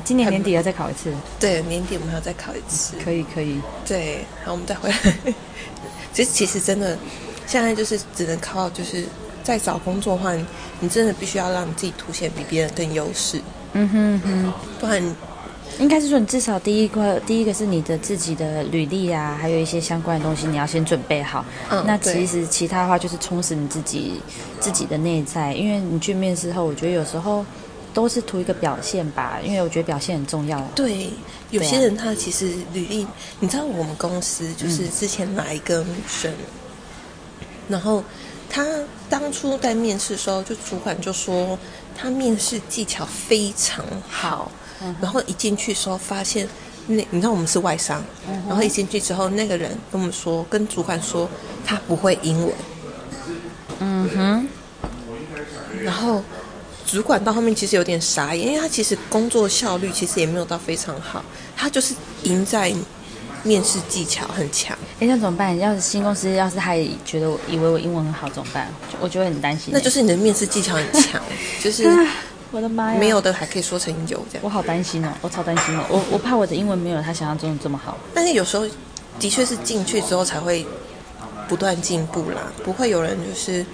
今年年底要再考一次，
对年底我们还要再考一次。
可以可以。
对，然后我们再回来。 其实其实真的，现在就是只能靠就是在找工作的话，你你真的必须要让你自己凸显比别人更优势，
嗯哼嗯哼，
不然
应该是说你至少第一个，第一个是你的自己的履历啊，还有一些相关的东西，你要先准备好。
嗯
那
对
其实其他的话就是充实你自己自己的内在，因为你去面试后，我觉得有时候都是图一个表现吧，因为我觉得表现很重要。
对，有
对啊
些人他其实履历，你知道我们公司
嗯
就是之前来一个女生，然后她当初在面试的时候，就主管就说她面试技巧非常好，
嗯
然后一进去的时候发现。那你知道我们是外商，
嗯
然后一进去之后，那个人跟我们说，跟主管说他不会英文，
嗯哼，
然后主管到后面其实有点傻眼，因为他其实工作效率其实也没有到非常好，他就是赢在面试技巧很强。
哎，那怎么办？要是新公司要是他也觉得我以为我英文很好，怎么办？我就会很担心欸、
那就是你的面试技巧很 强，就是
我的哎妈呀！
没有的还可以说成有这样。
我好担心哦，我超担心哦，我我怕我的英文没有他想象中的这么好。
但是有时候的确是进去之后才会不断进步啦，不会有人就是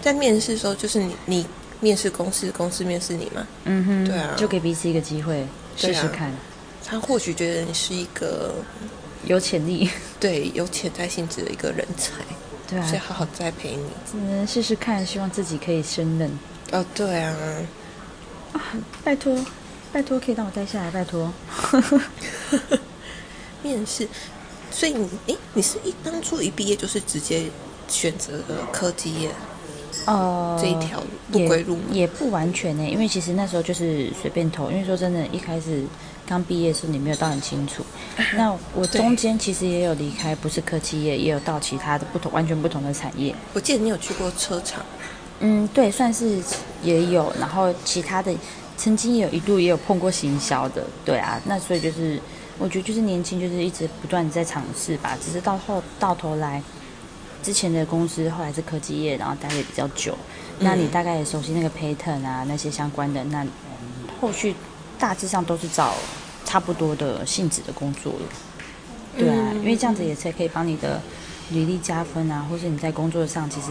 在面试的时候，就是你你面试公司，公司面试你嘛，
嗯哼，
对啊
就给彼此一个机会
对
试
啊
试看，
他或许觉得你是一个
有 潜力，
对有潜在性质的一个人才，
对啊
所以，好好栽培你。
只能试试看，希望自己可以胜任。
哦，对啊，
拜托，
拜托，可以让我待下来，拜 托。
面试，所以你诶，你是一当初一毕业就是直接选择了科技业
呃，
这一条不
也
归路吗？
也不完全呢、因为其实那时候就是随便投，因为说真的，一开始刚毕业的时候你没有到很清 楚。那我
对
中间其实也有离开，不是科技业，也有到其他的不同完全不同的产业。
我记得你有去过车厂，
嗯，对，算是也有，然后其他的曾经也有一度也有碰过行销的，对啊，那所以就是我觉得就是年轻就是一直不断地在尝试吧，只是到后到头来，之前的公司后来是科技业，然后待的比较久，那你大概也熟悉那个 pattern 啊那些相关的，那后续大致上都是找差不多的性质的工作了，对啊，因为这样子也才可以帮你的履历加分啊，或是你在工作上其实。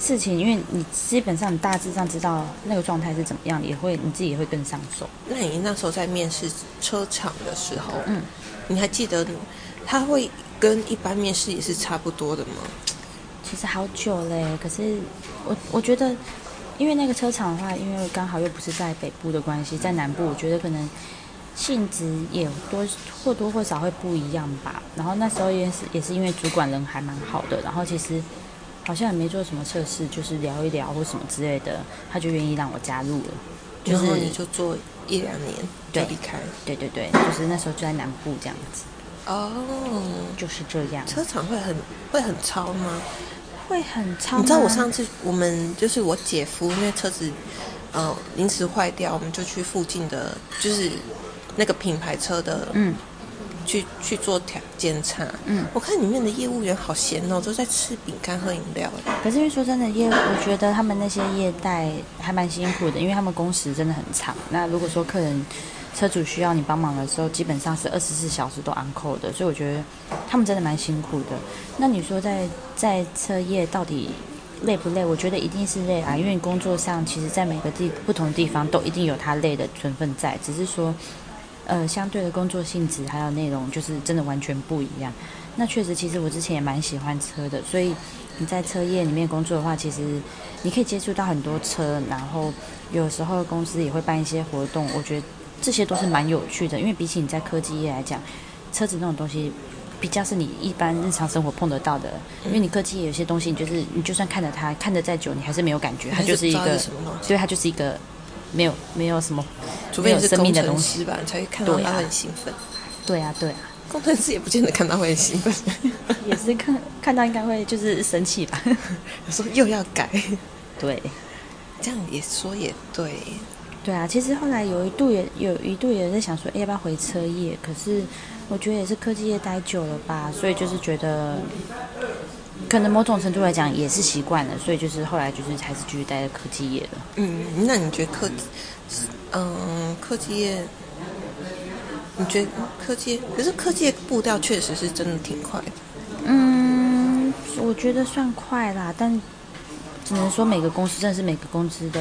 事情，因为你基本上你大致上知道那个状态是怎么样，也会你自己也会更上手。
那你那时候在面试车厂的时候，
嗯，
你还记得他会跟一般面试也是差不多的吗？
其实好久嘞，可是我我觉得，因为那个车厂的话，因为刚好又不是在北部的关系，在南部，我觉得可能性质也多或多或少会不一样吧。然后那时候也是也是因为主管人还蛮好的，然后其实好像也没做什么测试，就是聊一聊或什么之类的，他就愿意让我加入了。嗯就
然后
是
你就做一两年就
对
离开。
对对对，就是那时候就在南部这样子，
哦，
就是这样。
车厂会很会很超吗？
会很超
你知道我
吗
上次我们就是我姐夫，因为车子呃临时坏掉，我们就去附近的，就是那个品牌车的，
嗯，
去去做调检查。
嗯，
我看里面的业务员好闲哦，都在吃饼干喝饮料。
可是因为说真的，业我觉得他们那些业代还蛮辛苦的，因为他们工时真的很长。那如果说客人车主需要你帮忙的时候，基本上是二十四小时都 on call 的，所以我觉得他们真的蛮辛苦的。那你说在在车业到底累不累？我觉得一定是累啊，因为你工作上其实，在每个地不同地方都一定有它累的成分在，只是说，呃，相对的工作性质还有内容，就是真的完全不一样。那确实，其实我之前也蛮喜欢车的，所以你在车业里面工作的话，其实你可以接触到很多车，然后有时候公司也会办一些活动，我觉得这些都是蛮有趣的。因为比起你在科技业来讲，车子那种东西比较是你一般日常生活碰得到的，因为你科技业有些东西，你就是你就算看着它看得再久，你还是没有感觉，它
你就
就是一
知道
个
是什么东，西
所以它就是一个没有没有什么
除
没
非
有
你是
生命
工
的东
程
西。
师吧，你才会看到
对啊
他会很兴奋。
对啊，对啊，
工程师也不见得看到会很兴奋，
也是看看到应该会就是生气吧。
有时候又要改，
对，
这样也说也对。
对啊，其实后来有一度也有一度也在想说，哎，要不要回车业？可是我觉得也是科技业待久了吧，所以就是觉得，可能某种程度来讲也是习惯了，所以就是后来就是还是继续待在科技业了。
嗯，那你觉得科技，嗯，科技业，你觉得科技业？可是科技业步调确实是真的挺快的。
嗯，我觉得算快啦，但只能说每个公司真的是每个公司的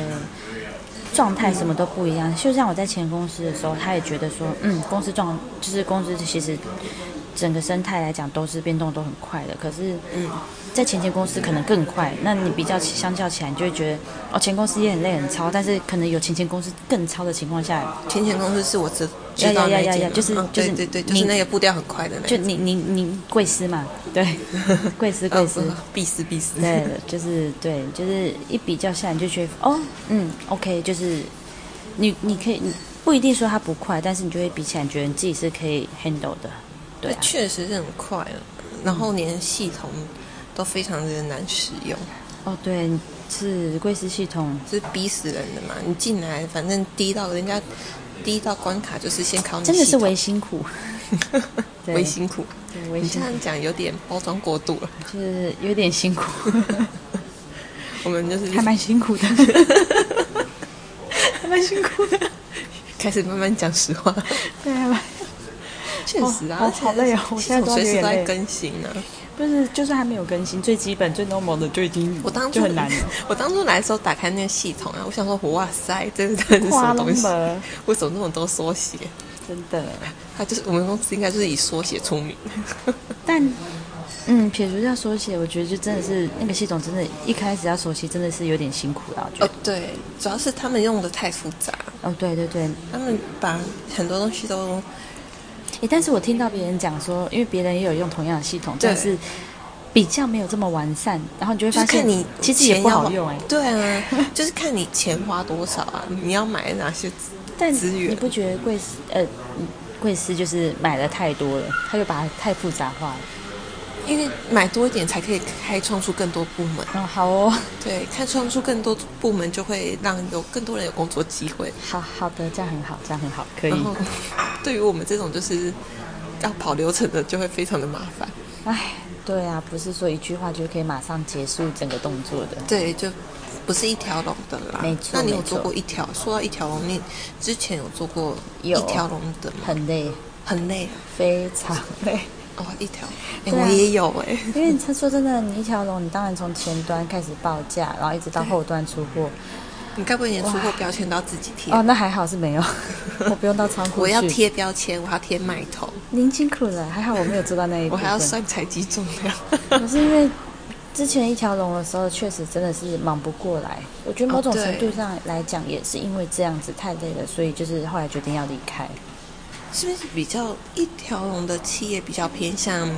状态什么都不一样。就像我在前公司的时候，他也觉得说，嗯，公司状就是公司其实整个生态来讲都是变动都很快的，可是
嗯，
在前前公司可能更快。那你比较起相较起来，你就会觉得哦，前公司也很累很超，但是可能有前前公司更超的情况下，
前前公司是我知知道
呀
那
呀呀
一间
呀
嘛，
就是
嗯
就是
对对对，
你
就是那个步调很快的那
就
一
你你你贵司嘛，对，贵司贵
嗯
司。
嗯，必死必死，
对，就是对，就是一比较下来，你就觉得哦，嗯，OK，就是你你可以你不一定说它不快，但是你就会比起来，觉得你自己是可以 handle 的，对啊，
确实是很快了，然后连系统都非常的难使用，
哦，对，是贵司系统，
就是逼死人的嘛。你进来，反正低到人家第一道关卡就是先考你系
真
统，
的 是为辛苦，对
微辛苦。
对为
你这
辛苦
样讲有点包装过度了，
就是有点辛苦，
我们就是
还蛮辛苦的，还蛮辛苦 的，
开始慢慢讲实话。
对，还
啊
蛮
确实啊，
哦
而且
好累哦我
系
现在
统
都要
随时
流眼
都在
泪
更新呢、啊
不是，就算还没有更新，最基本最 normal 的就已经
我当
就
初
很难了，
我当初来的时候打开那个系统啊，我想说，哇塞，这是这是什
花
么
龙
东西？
门，
为什么那么多缩写？
真的。
它就是我们公司应该就是以缩写出 名。
但嗯，撇除掉缩写，我觉得就真的是那个系统，真的，一开始要熟悉，真的是有点辛苦啦。我觉
哦
得，，
对，主要是他们用的太复杂，
哦，对对对，
他们把很多东西都
诶，但是我听到别人讲说，因为别人也有用同样的系统，
对
但是比较没有这么完善，然后你就会
就是
发现，
看你
其实也
钱
不
要
好
花
用哎、诶
对啊， 就是看你钱花多少啊，你要买哪些资
但
资源
你不觉得贵司呃贵司就是买的太多了，他就把它太复杂化了。
因为买多一点才可以开创出更多部门，
哦，好哦，
对，开创出更多部门就会让有更多人有工作机会。
好好的，这样很好，这样很好，可以
然。后， 对于我们这种就是要跑流程的，就会非常的麻烦。
唉，对啊，不是说一句话就可以马上结束整个动作的。
对，就不是一条龙的啦。
没错
那你有
没错
做过一条？说到一条龙，你之前有做过一
有
条龙的吗？
很累，
很累
非常 累。
哦，一条。哎、
对啊
我也有哎、
因为他说真的，你一条龙，你当然从前端开始报价，然后一直到后端出货。
你该不会连出货标签都要自己贴？
哦，那还好 是没有，我不用到仓库去。
我要，贴标签，我还要贴麦头，
您辛苦了，还好我没有做到那一
我
部
还要
分。
算采集重量。
可是因为之前一条龙的时候，确实真的是忙不过来。我觉得某种
哦对
程度上来讲，也是因为这样子太累了，所以就是后来决定要离开。
哦是不是比较一条龙的企业比较偏向，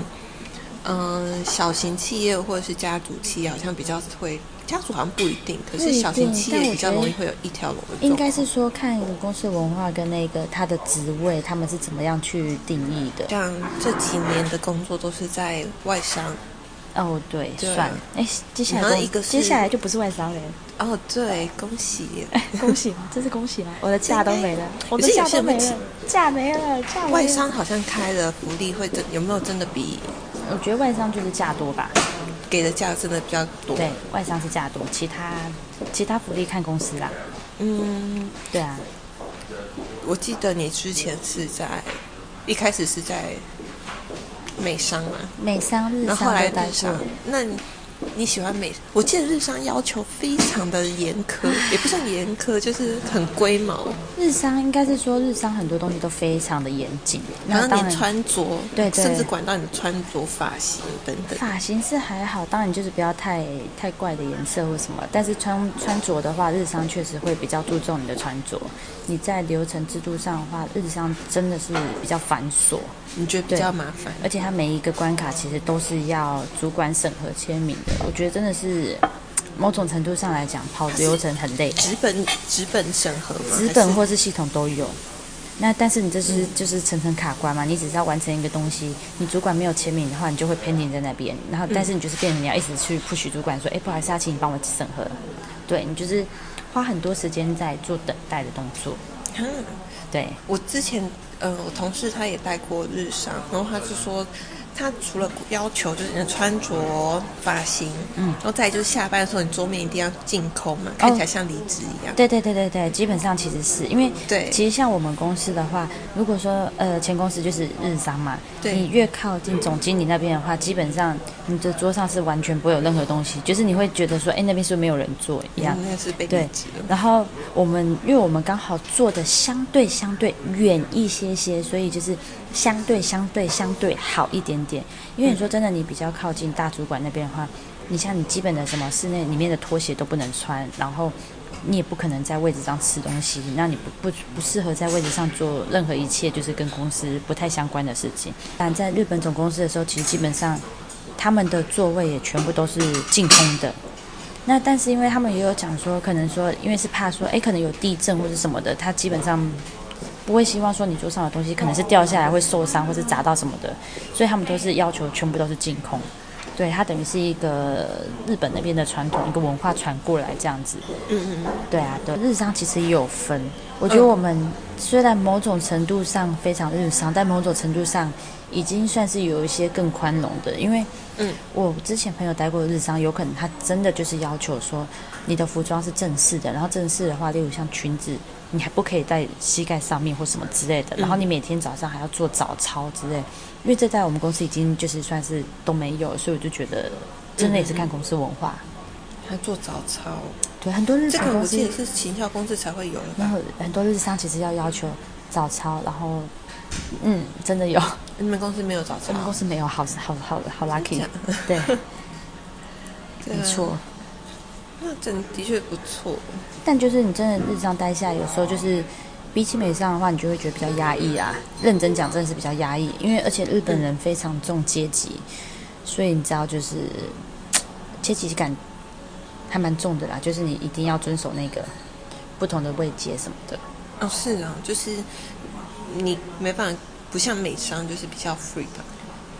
嗯、小型企业或者是家族企业，好像比较会，家族好像不一定，可
不一
是
定
小型企业
但我
比较
觉得
容易会有一条龙的状况。
应该是说看公司文化跟那个他的职位，他们是怎么样去定义的。
像这几年的工作都是在外商，
哦，对，
对
算了，哎，接下来
然后
公
一个是
接下来就不是外商了，
哦，对，恭喜！
恭喜，真是 恭喜啦！我的假都没了，我的
可是有
假
些
都没
人
了，假没了，假没了。
外，商好像开的福利会真有没有真的比
我觉得外商就是假多吧，
给的价真的比较多？
对，外商是假多，其他其他福利看公司啦。
嗯，
对啊，
我记得你之前是在一开始是在美商嘛，
美商、日
然后后
商
来
都待
日
过
商，，那你你喜欢美？我记得日商要求非常的严苛，也不算严苛，就是很龟毛，
日商应该是说日商很多东西都非常的严谨，
然
那
后
当
你
然。
穿着，
对对
甚至管到你的穿着、发型等等。
发型是还好，当然就是不要太太怪的颜色或什么，但是穿穿着的话，日商确实会比较注重你的穿着。你在流程制度上的话，日商真的是比较繁琐，
你觉得比较麻烦？
而且它每一个关卡其实都是要主管审核签名的。我觉得真的是嘖某种程度上来讲，跑流程很累，
纸本纸本审核吗？
纸
还
本
是嗯
或是系统都有。那但是你这是、就是层层卡关嘛，你只是要完成一个东西，你主管没有签名的话，你就会 pending 在那边，
嗯
然后但是你就是变成你要一直去 push 主管说，哎、不好意思啊，请你帮我审核，对你就是花很多时间在做等待的动作，
哈
对，
我之前呃，我同事他也带过日商，然后他是说他除了要求就是你的穿着、发型，嗯，然后再来就是下班的时候，你桌面一定要净空
哦
嘛，看起来像离职一样。
对对对对对，基本上其实是因为
对
其实像我们公司的话，如果说呃前公司就是日商嘛，
对
你越靠近总经理那边的话，基本上你的桌上是完全不会有任何东西，就是你会觉得说，哎，那边是不是没有人做一样。
应嗯该是被离
嗯对
职了。
然后我们因为我们刚好坐的相对相对远一些些，所以就是相对相对相对好一点点。因为你说真的，你比较靠近大主管那边的话，你像你基本的什么室内里面的拖鞋都不能穿，然后你也不可能在位置上吃东西，那你不不不适合在位置上做任何一切就是跟公司不太相关的事情。但在日本总公司的时候，其实基本上他们的座位也全部都是净空的。那但是因为他们也有讲说，可能说因为是怕说，哎，可能有地震或者什么的，他基本上不会希望说你桌上的东西可能是掉下来会受伤或是砸到什么的，所以他们都是要求全部都是净空。对，它等于是一个日本那边的传统，一个文化传过来这样子。
嗯嗯，
对啊，对，日商其实也有分。我觉得我们虽然某种程度上非常日商，但某种程度上已经算是有一些更宽容的，因为，
嗯，
我之前朋友待过的日商，有可能他真的就是要求说，你的服装是正式的，然后正式的话，例如像裙子，你还不可以在膝盖上面或什么之类的，然后你每天早上还要做早操之类，因为这在我们公司已经就是算是都没有，所以我就觉得真的也是看公司文化。
他做早操，
对，很多日
这
本
个
公
我
司嗯
记得是行销公司才会有的
然
吧？
后很多日商其实要要求早操，然后嗯，真的有，
你们公司没有早
我
操
们？公司没有，好好好好 lucky，
假对
对，
啊
没错。
那真的确不错。
但就是你真的日常待下来，有时候就是比起美商的话，你就会觉得比较压抑啊。认真讲，真的是比较压抑，因为而且日本人非常重阶级，所以你知道就是阶级感还蛮重的啦，就是你一定要遵守那个不同的位阶什么的。
哦，是啊，就是你没办法，不像美商就是比较 free 吧。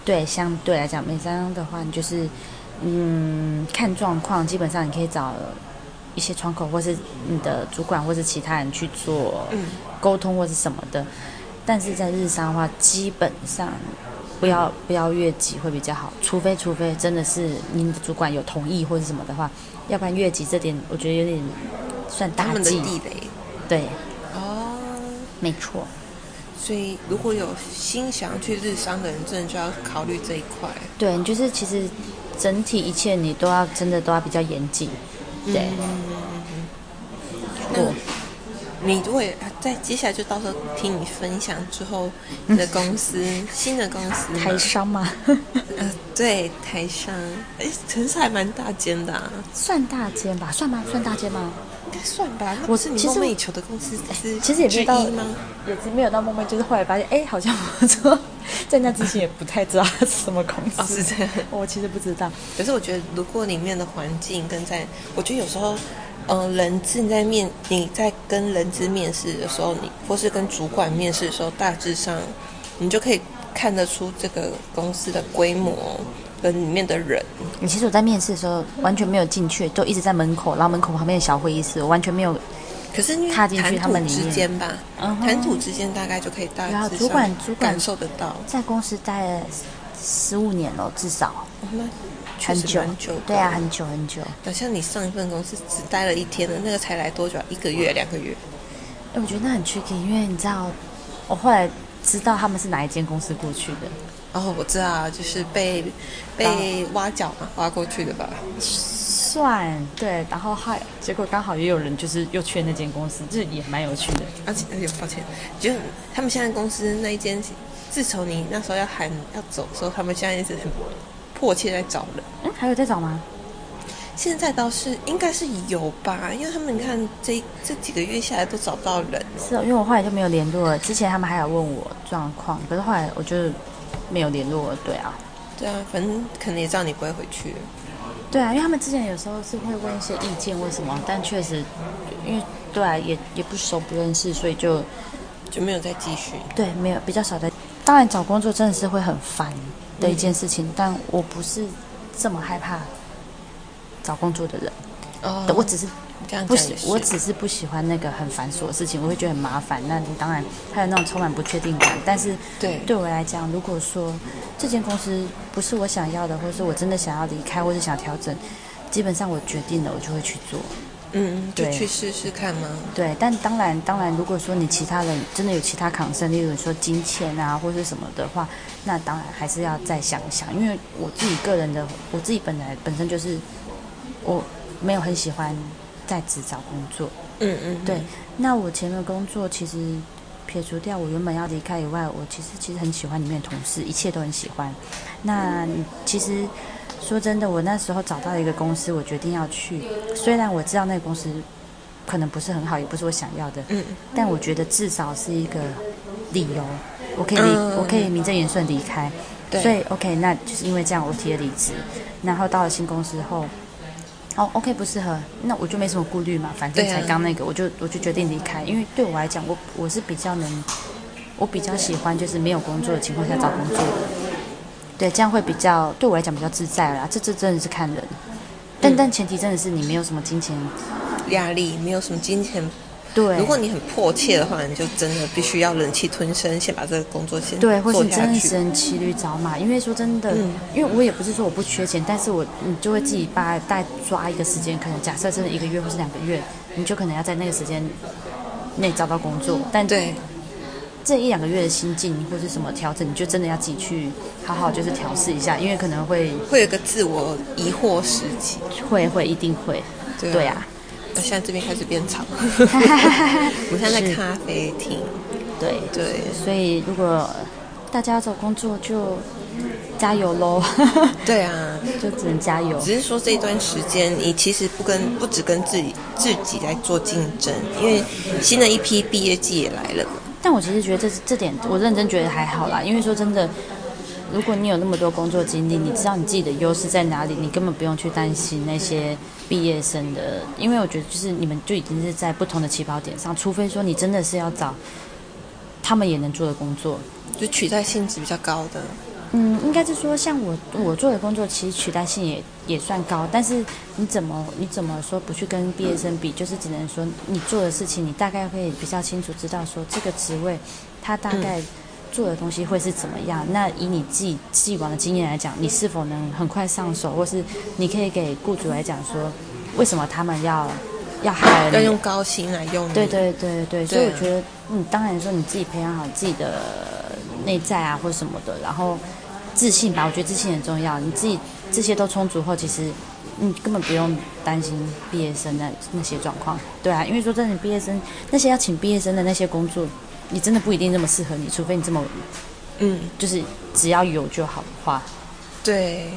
对，相对来讲，美商的话，你就是嗯看状况，基本上你可以找一些窗口，或是你的主管，或是其他人去做
嗯
沟通，或是什么的。但是在日商的话，基本上不要不要越级会比较好，除非除非真的是您的主管有同意或是什么的话，要不然越级这点我觉得有点算
他
大
们的
忌。
地雷
对，
哦。
没错。
所以如果有心想要去日商的人，真的就要考虑这一块。
对，你就是其实整体一切你都要真的都要比较严谨。
嗯
对，
那你如果也在接下来就到时候听你分享之后，你的公司新的公司嘛
嗯台 商嘛，
呃对台商，哎，城市还蛮大间的、啊，
算大间吧，算吗？算大间吗？
应该算吧。那
我
不是你
其实
梦寐
我
以求的公司之
其实也没
之
有到
一吗？
也是没有到梦寐，就是后来发现，哎，好像我说在那之前也不太知道它是什么公
哦，
司，
是这样。
我其实不知道。
可是我觉得，如果里面的环境跟在，我觉得有时候，呃，人质你在面你在跟人质面试的时候，你或是跟主管面试的时候，大致上你就可以看得出这个公司的规模跟里面的人。
你其实我在面试的时候完全没有进去，都一直在门口，然后门口旁边的小会议室，我完全没有。
可是因为
踏
谈
进去他
吐
们里面
之间吧，
嗯哼
谈吐之间大概就可以大致
然后
上
主管主管
感受得到。
在公司待了十五年了，至少
哦那确
很
实
久，
蛮久的
对啊，，很久很久。
好像你上一份公司只待了一天的，那个才来多久啊？一个月、两个月？
哎，我觉得那很 tricky，因为你知道，我后来知道他们是哪一间公司过去的。
哦，我知道啊，就是被
啊
被挖角嘛，挖过去的吧？
算对，然后还结果刚好也有人就是又去那间公司，这也蛮有趣的。
而且，而且，哎抱歉，就他们现在公司那一间，自从你那时候要喊要走的时候，他们现在一直很迫切在找人。
嗯，还有在找吗？
现在倒是应该是有吧，因为他们你看这这几个月下来都找不到人，
是哦，因为我后来就没有联络了。之前他们还有问我状况，可是后来我就没有联络了。对啊，
对啊，反正可能也知道你不会回去。
对啊，因为他们之前有时候是会问一些意见或什么，但确实因为对啊，也也不熟不认识，所以就
就没有再继续。
对没有比较少在。当然找工作真的是会很烦的一件事情，但我不是这么害怕找工作的人。
哦
我只是
这样
嗯不
讲
喜
也，
我
是。
只是不喜欢那个很繁琐的事情，我会觉得很麻烦。那当然还有那种充满不确定感，但是
对
对我来讲，如果说这间公司不是我想要的，或是我真的想要离开，或是想调整，基本上我决定了，我就会去做。
嗯，就
对
去试试看吗？
对，但当然，当然，如果说你其他人真的有其他抗生，例如说金钱啊，或是什么的话，那当然还是要再想一想，因为我自己个人的，我自己本来本身就是我没有很喜欢在职找工作，
嗯嗯，
对，那我前面的工作其实撇除掉我原本要离开以外，我其实其实很喜欢里面的同事，一切都很喜欢。那其实说真的，我那时候找到一个公司，我决定要去，虽然我知道那个公司可能不是很好，也不是我想要的，
嗯，
但我觉得至少是一个理由，我可以离，
嗯
我可以名正言顺离开。
对
所以 OK，那就是因为这样我提了离职，然后到了新公司后，哦 OK 不适合，那我就没什么顾虑嘛，反正
对啊
才刚那个，我就我就决定离开，因为对我来讲，我我是比较能，我比较喜欢就是没有工作的情况下找工作的，对，这样会比较对我来讲比较自在啦，这这真的是看人，但、
嗯
但前提真的是你没有什么金钱，
压力没有什么金钱。
对，
如果你很迫切的话，你就真的必须要忍气吞声，先把这个工作先
对，或是
做
你真
下
的
去。
是骑驴找马，因为说真的，
嗯
因为我也不是说我不缺钱，但是我你就会自己把大概抓一个时间，可能假设真的一个月或是两个月，你就可能要在那个时间内找到工作，但
对，
这一两个月的心境或是什么调整，你就真的要自己去好好就是调试一下，因为可能会
会有一个自我疑惑时期。
会会一定会，
对啊
对啊，
那现在这边开始变 吵，我们现在在
是
咖啡厅。
对，
对，
所以如果大家要找工作就加油喽，
对啊，
就只能加油，
只是说这一段时间，你其实不跟不只跟自己自己在做竞争，因为新的一批毕业季也来了嘛。
但我其实觉得这这点，我认真觉得还好啦，因为说真的，如果你有那么多工作经历，你知道你自己的优势在哪里，你根本不用去担心那些毕业生的，因为我觉得就是你们就已经是在不同的起跑点上，除非说你真的是要找他们也能做的工作。
就取代性质比较高的，
嗯，应该是说，像我我做的工作，其实取代性也也算高，但是你怎么你怎么说不去跟毕业生比，就是只能说你做的事情，你大概会比较清楚知道说这个职位他
嗯
大概做的东西会是怎么样。那以你自己既往的经验来讲，你是否能很快上手，或是你可以给雇主来讲说，为什么他们要要害
要
你？
用高薪来用你。
对对对对，所以
对啊
我觉得，嗯，当然说你自己培养好自己的内在啊，或什么的，然后自信吧，我觉得自信很重要。你自己这些都充足后，其实你根本不用担心毕业生的那些状况，对啊，因为说真的，毕业生那些要请毕业生的那些工作，你真的不一定这么适合你，除非你这么
嗯，
就是只要有就好的话，
对，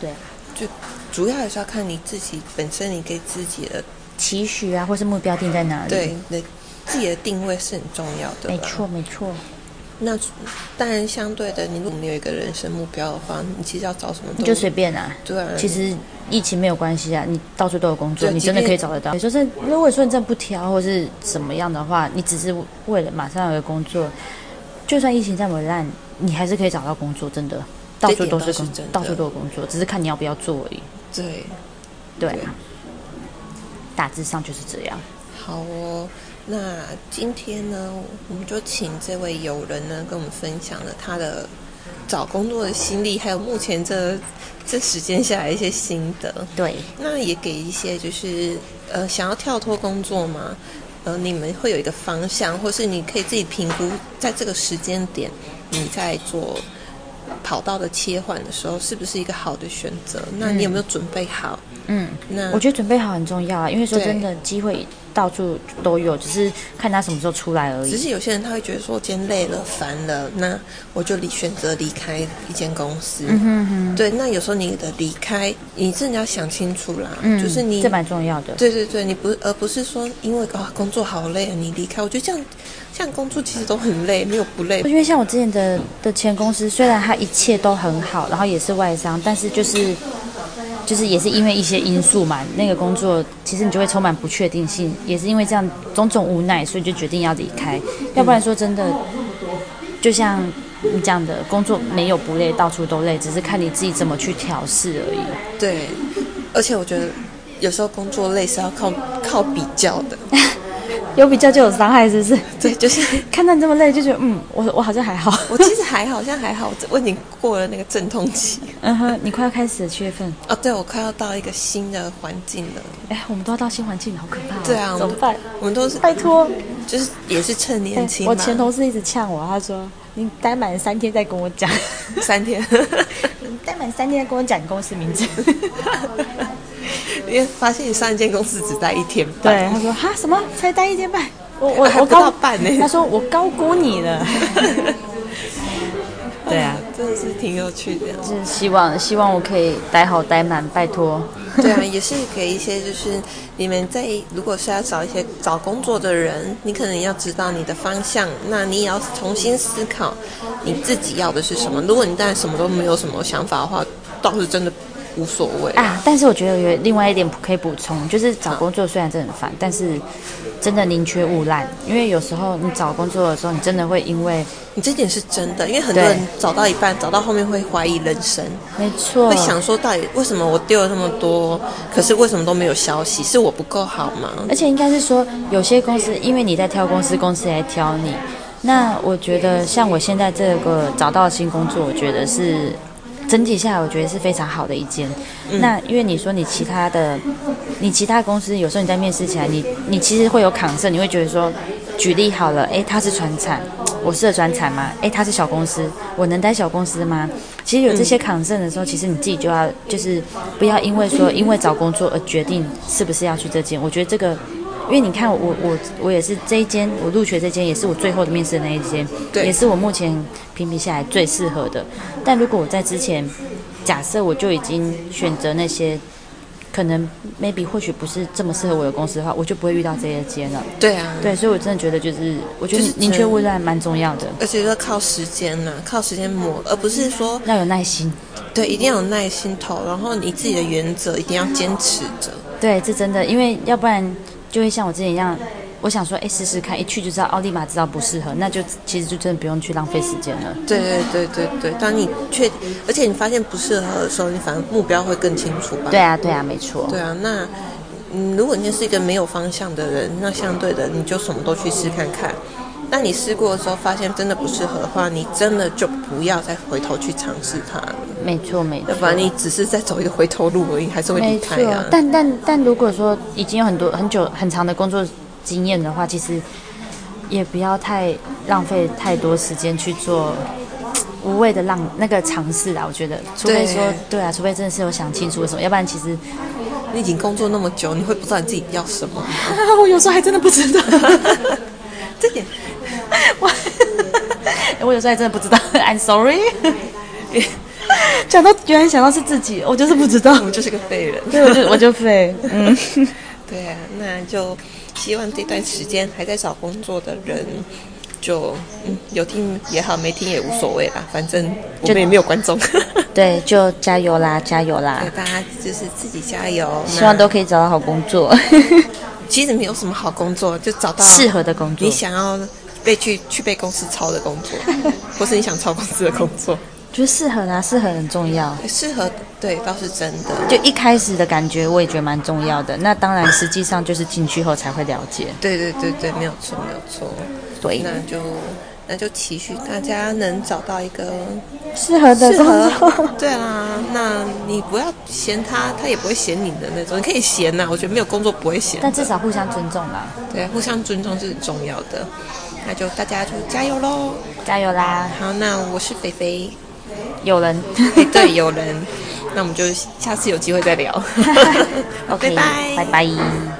对，
就主要还是要看你自己本身，你给自己的
期许啊，或是目标定在哪里，
对，你自己的定位是很重要的。
没。错没错，
那当然，相对的，你如果没有一个人生目标的话，你其实要找什么
你
都
就随便啊。
对啊，
其实疫情没有关系啊，你到处都有工作，
对
你真的可以找得到。你说真，如果说你真的不挑或是怎么样的话，你只是为了马上有个工作，就算疫情再怎么烂，你还是可以找到工作，真的，到处都是
这点倒
工
是真的，
到处都有工作，只是看你要不要做而已。
对，对
对啊，大致上就是这样。
好哦。那今天呢，我们就请这位友人呢，跟我们分享了他的找工作的心历，还有目前这这时间下来一些心得。
对，
那也给一些就是呃想要跳脱工作吗？呃，你们会有一个方向，或是你可以自己评估，在这个时间点你在做跑道的切换的时候，是不是一个好的选择？那你有没有准备好？
嗯。
那
我觉得准备好很重要啊，因为说
对
真的，机会到处都有，只是看他什么时候出来而
只
已。
是有些人他会觉得说，我今天累了、烦了，那我就离选择离开一间公司。
嗯哼哼，
对，那有时候你的离开，你真的要想清楚啦，
嗯，
就是你
这蛮重要的。
对对对，你不而不是说因为啊工作好累啊，你离开。我觉得这样这样工作其实都很累，没有不累
我。觉得像我之前的的前公司，虽然它一切都很好，然后也是外商，但是就是就是也是因为一些因素嘛，那个工作其实你就会充满不确定性，也是因为这样种种无奈，所以就决定要离开。要不然说真的，就像你讲的，工作没有不累，到处都累，只是看你自己怎么去调试而已。
对，而且我觉得有时候工作类是要靠靠比较 的，
有比较就有伤害，是不 是？
对，就是
看到你这么累，就觉得嗯，我我好像还好。
我其实还好，像还好，我已经过了那个阵痛期。
嗯哼，你快要开始了，七月份。
哦，对，我快要到一个新的环境了。
哎，我们都要到新环境了，好可怕、哦。
对啊，我
怎么
们
办？
我们都是
拜托，
就是也是趁年轻嘛，
我前同事一直呛我，他说你待满三天再跟我讲，
三天，
你待满三天再跟我讲你公司名字。
因为发现你上一间公司只待一天半。
对，他说哈什么才待一天半，我我
还
我
不到
高
半呢
他说我高估你了。对啊，
哦真的是挺有趣的。
就是希望希望我可以待好待满，拜托。
对啊，也是给一些就是你们在如果是要找一些找工作的人，你可能要知道你的方向，那你也要重新思考你自己要的是什么。如果你当然什么都没有什么想法的话，倒是真的无所谓。
啊，但是我觉得有另外一点可以补充，就是找工作虽然真的很烦，但是真的宁缺毋滥，因为有时候你找工作的时候，你真的会因为
你这点是真的，因为很多
对
人找到一半，找到后面会怀疑人生，
没错
会，想说到底为什么我丢了那么多，可是为什么都没有消息？是我不够好吗？
而且应该是说有些公司因为你在挑公司，公司也在挑你。那我觉得像我现在这个找到新工作，我觉得是整体下来，我觉得是非常好的一间。那因为你说你其他的，你其他公司有时候你在面试起来，你你其实会有抗性，你会觉得说，举例好了，诶，他是传产，我适合传产吗？诶，他是小公司，我能待小公司吗？其实有这些抗性的时候，其实你自己就要就是不要因为说因为找工作而决定是不是要去这间。我觉得这个。因为你看我我我也是这一间，我入学这间也是我最后的面试的那一间，
对
也是我目前评比下来最适合的。但如果我在之前假设我就已经选择那些可能 maybe 或许不是这么适合我的公司的话，我就不会遇到这些间了。
对啊，
对，所以我真的觉得就是，我觉得
就是
宁
真
缺毋滥蛮重要的，
而且要靠时间呐、靠时间磨，而不是说
要有耐心。
对，一定要有耐心头，然后你自己的原则一定要坚持着。
对，这真的，因为要不然就会像我之前一样，我想说，哎，试试看，一去就知道，奥利马知道不适合，那就其实就真的不用去浪费时间了。
对对对对对，当你确，而且你发现不适合的时候，你反而目标会更清楚吧？
对啊，对啊，没错。
对啊，那嗯，如果你是一个没有方向的人，那相对的你就什么都去试看看。那你试过的时候发现真的不适合的话，你真的就不要再回头去尝试它了，
没错，没错
要。不然你只是在走一个回头路而已，还是会离
没
开
错，
啊。
但但但如果说已经有很多很久很长的工作经验的话，其实也不要太浪费太多时间去做无谓的浪那个尝试啊。我觉得，除非说
对
对啊，除非真的是有想清楚什么，要不然其 实
你已经工作那么久，你会不知道你自己要什么吗？
啊，我有时候还真的不知道，
这点
我我有时候还真的不知道，I'm sorry。讲到原来想到是自己，我就是不知道
我，们就是个废人。
对，我就我就废，嗯。
对啊，那就希望这段时间还在找工作的人，就嗯有听也好，没听也无所谓啦，反正我们也没有观 众，对，
对，就加油啦，加油啦！
大家就是自己加油。
希望都可以找到好工 作，
那其实没有什么好工作，就找到
适合的工作
你。想要被去去被公司抄的工 作，或是你想抄公司的工作，
觉得适合啦，适合很重要。
适合对倒是真的。
就一开始的感觉，我也觉得蛮重要的。那当然，实际上就是进去后才会了解。
对对对对，没有错没有错。
对
那就那就期许大家能找到一个
适合的
适
工作
合，对啦，那你不要嫌他，他也不会嫌你的那种，你可以嫌呐、我觉得没有工作不会嫌，
但至少互相尊重啦，
对，互相尊重是很重要的。那就大家就加油喽！
加油啦！
好，那我是肥 肥，
有人，
配对有人，那我们就下次有机会再聊
，OK，
拜拜
拜拜。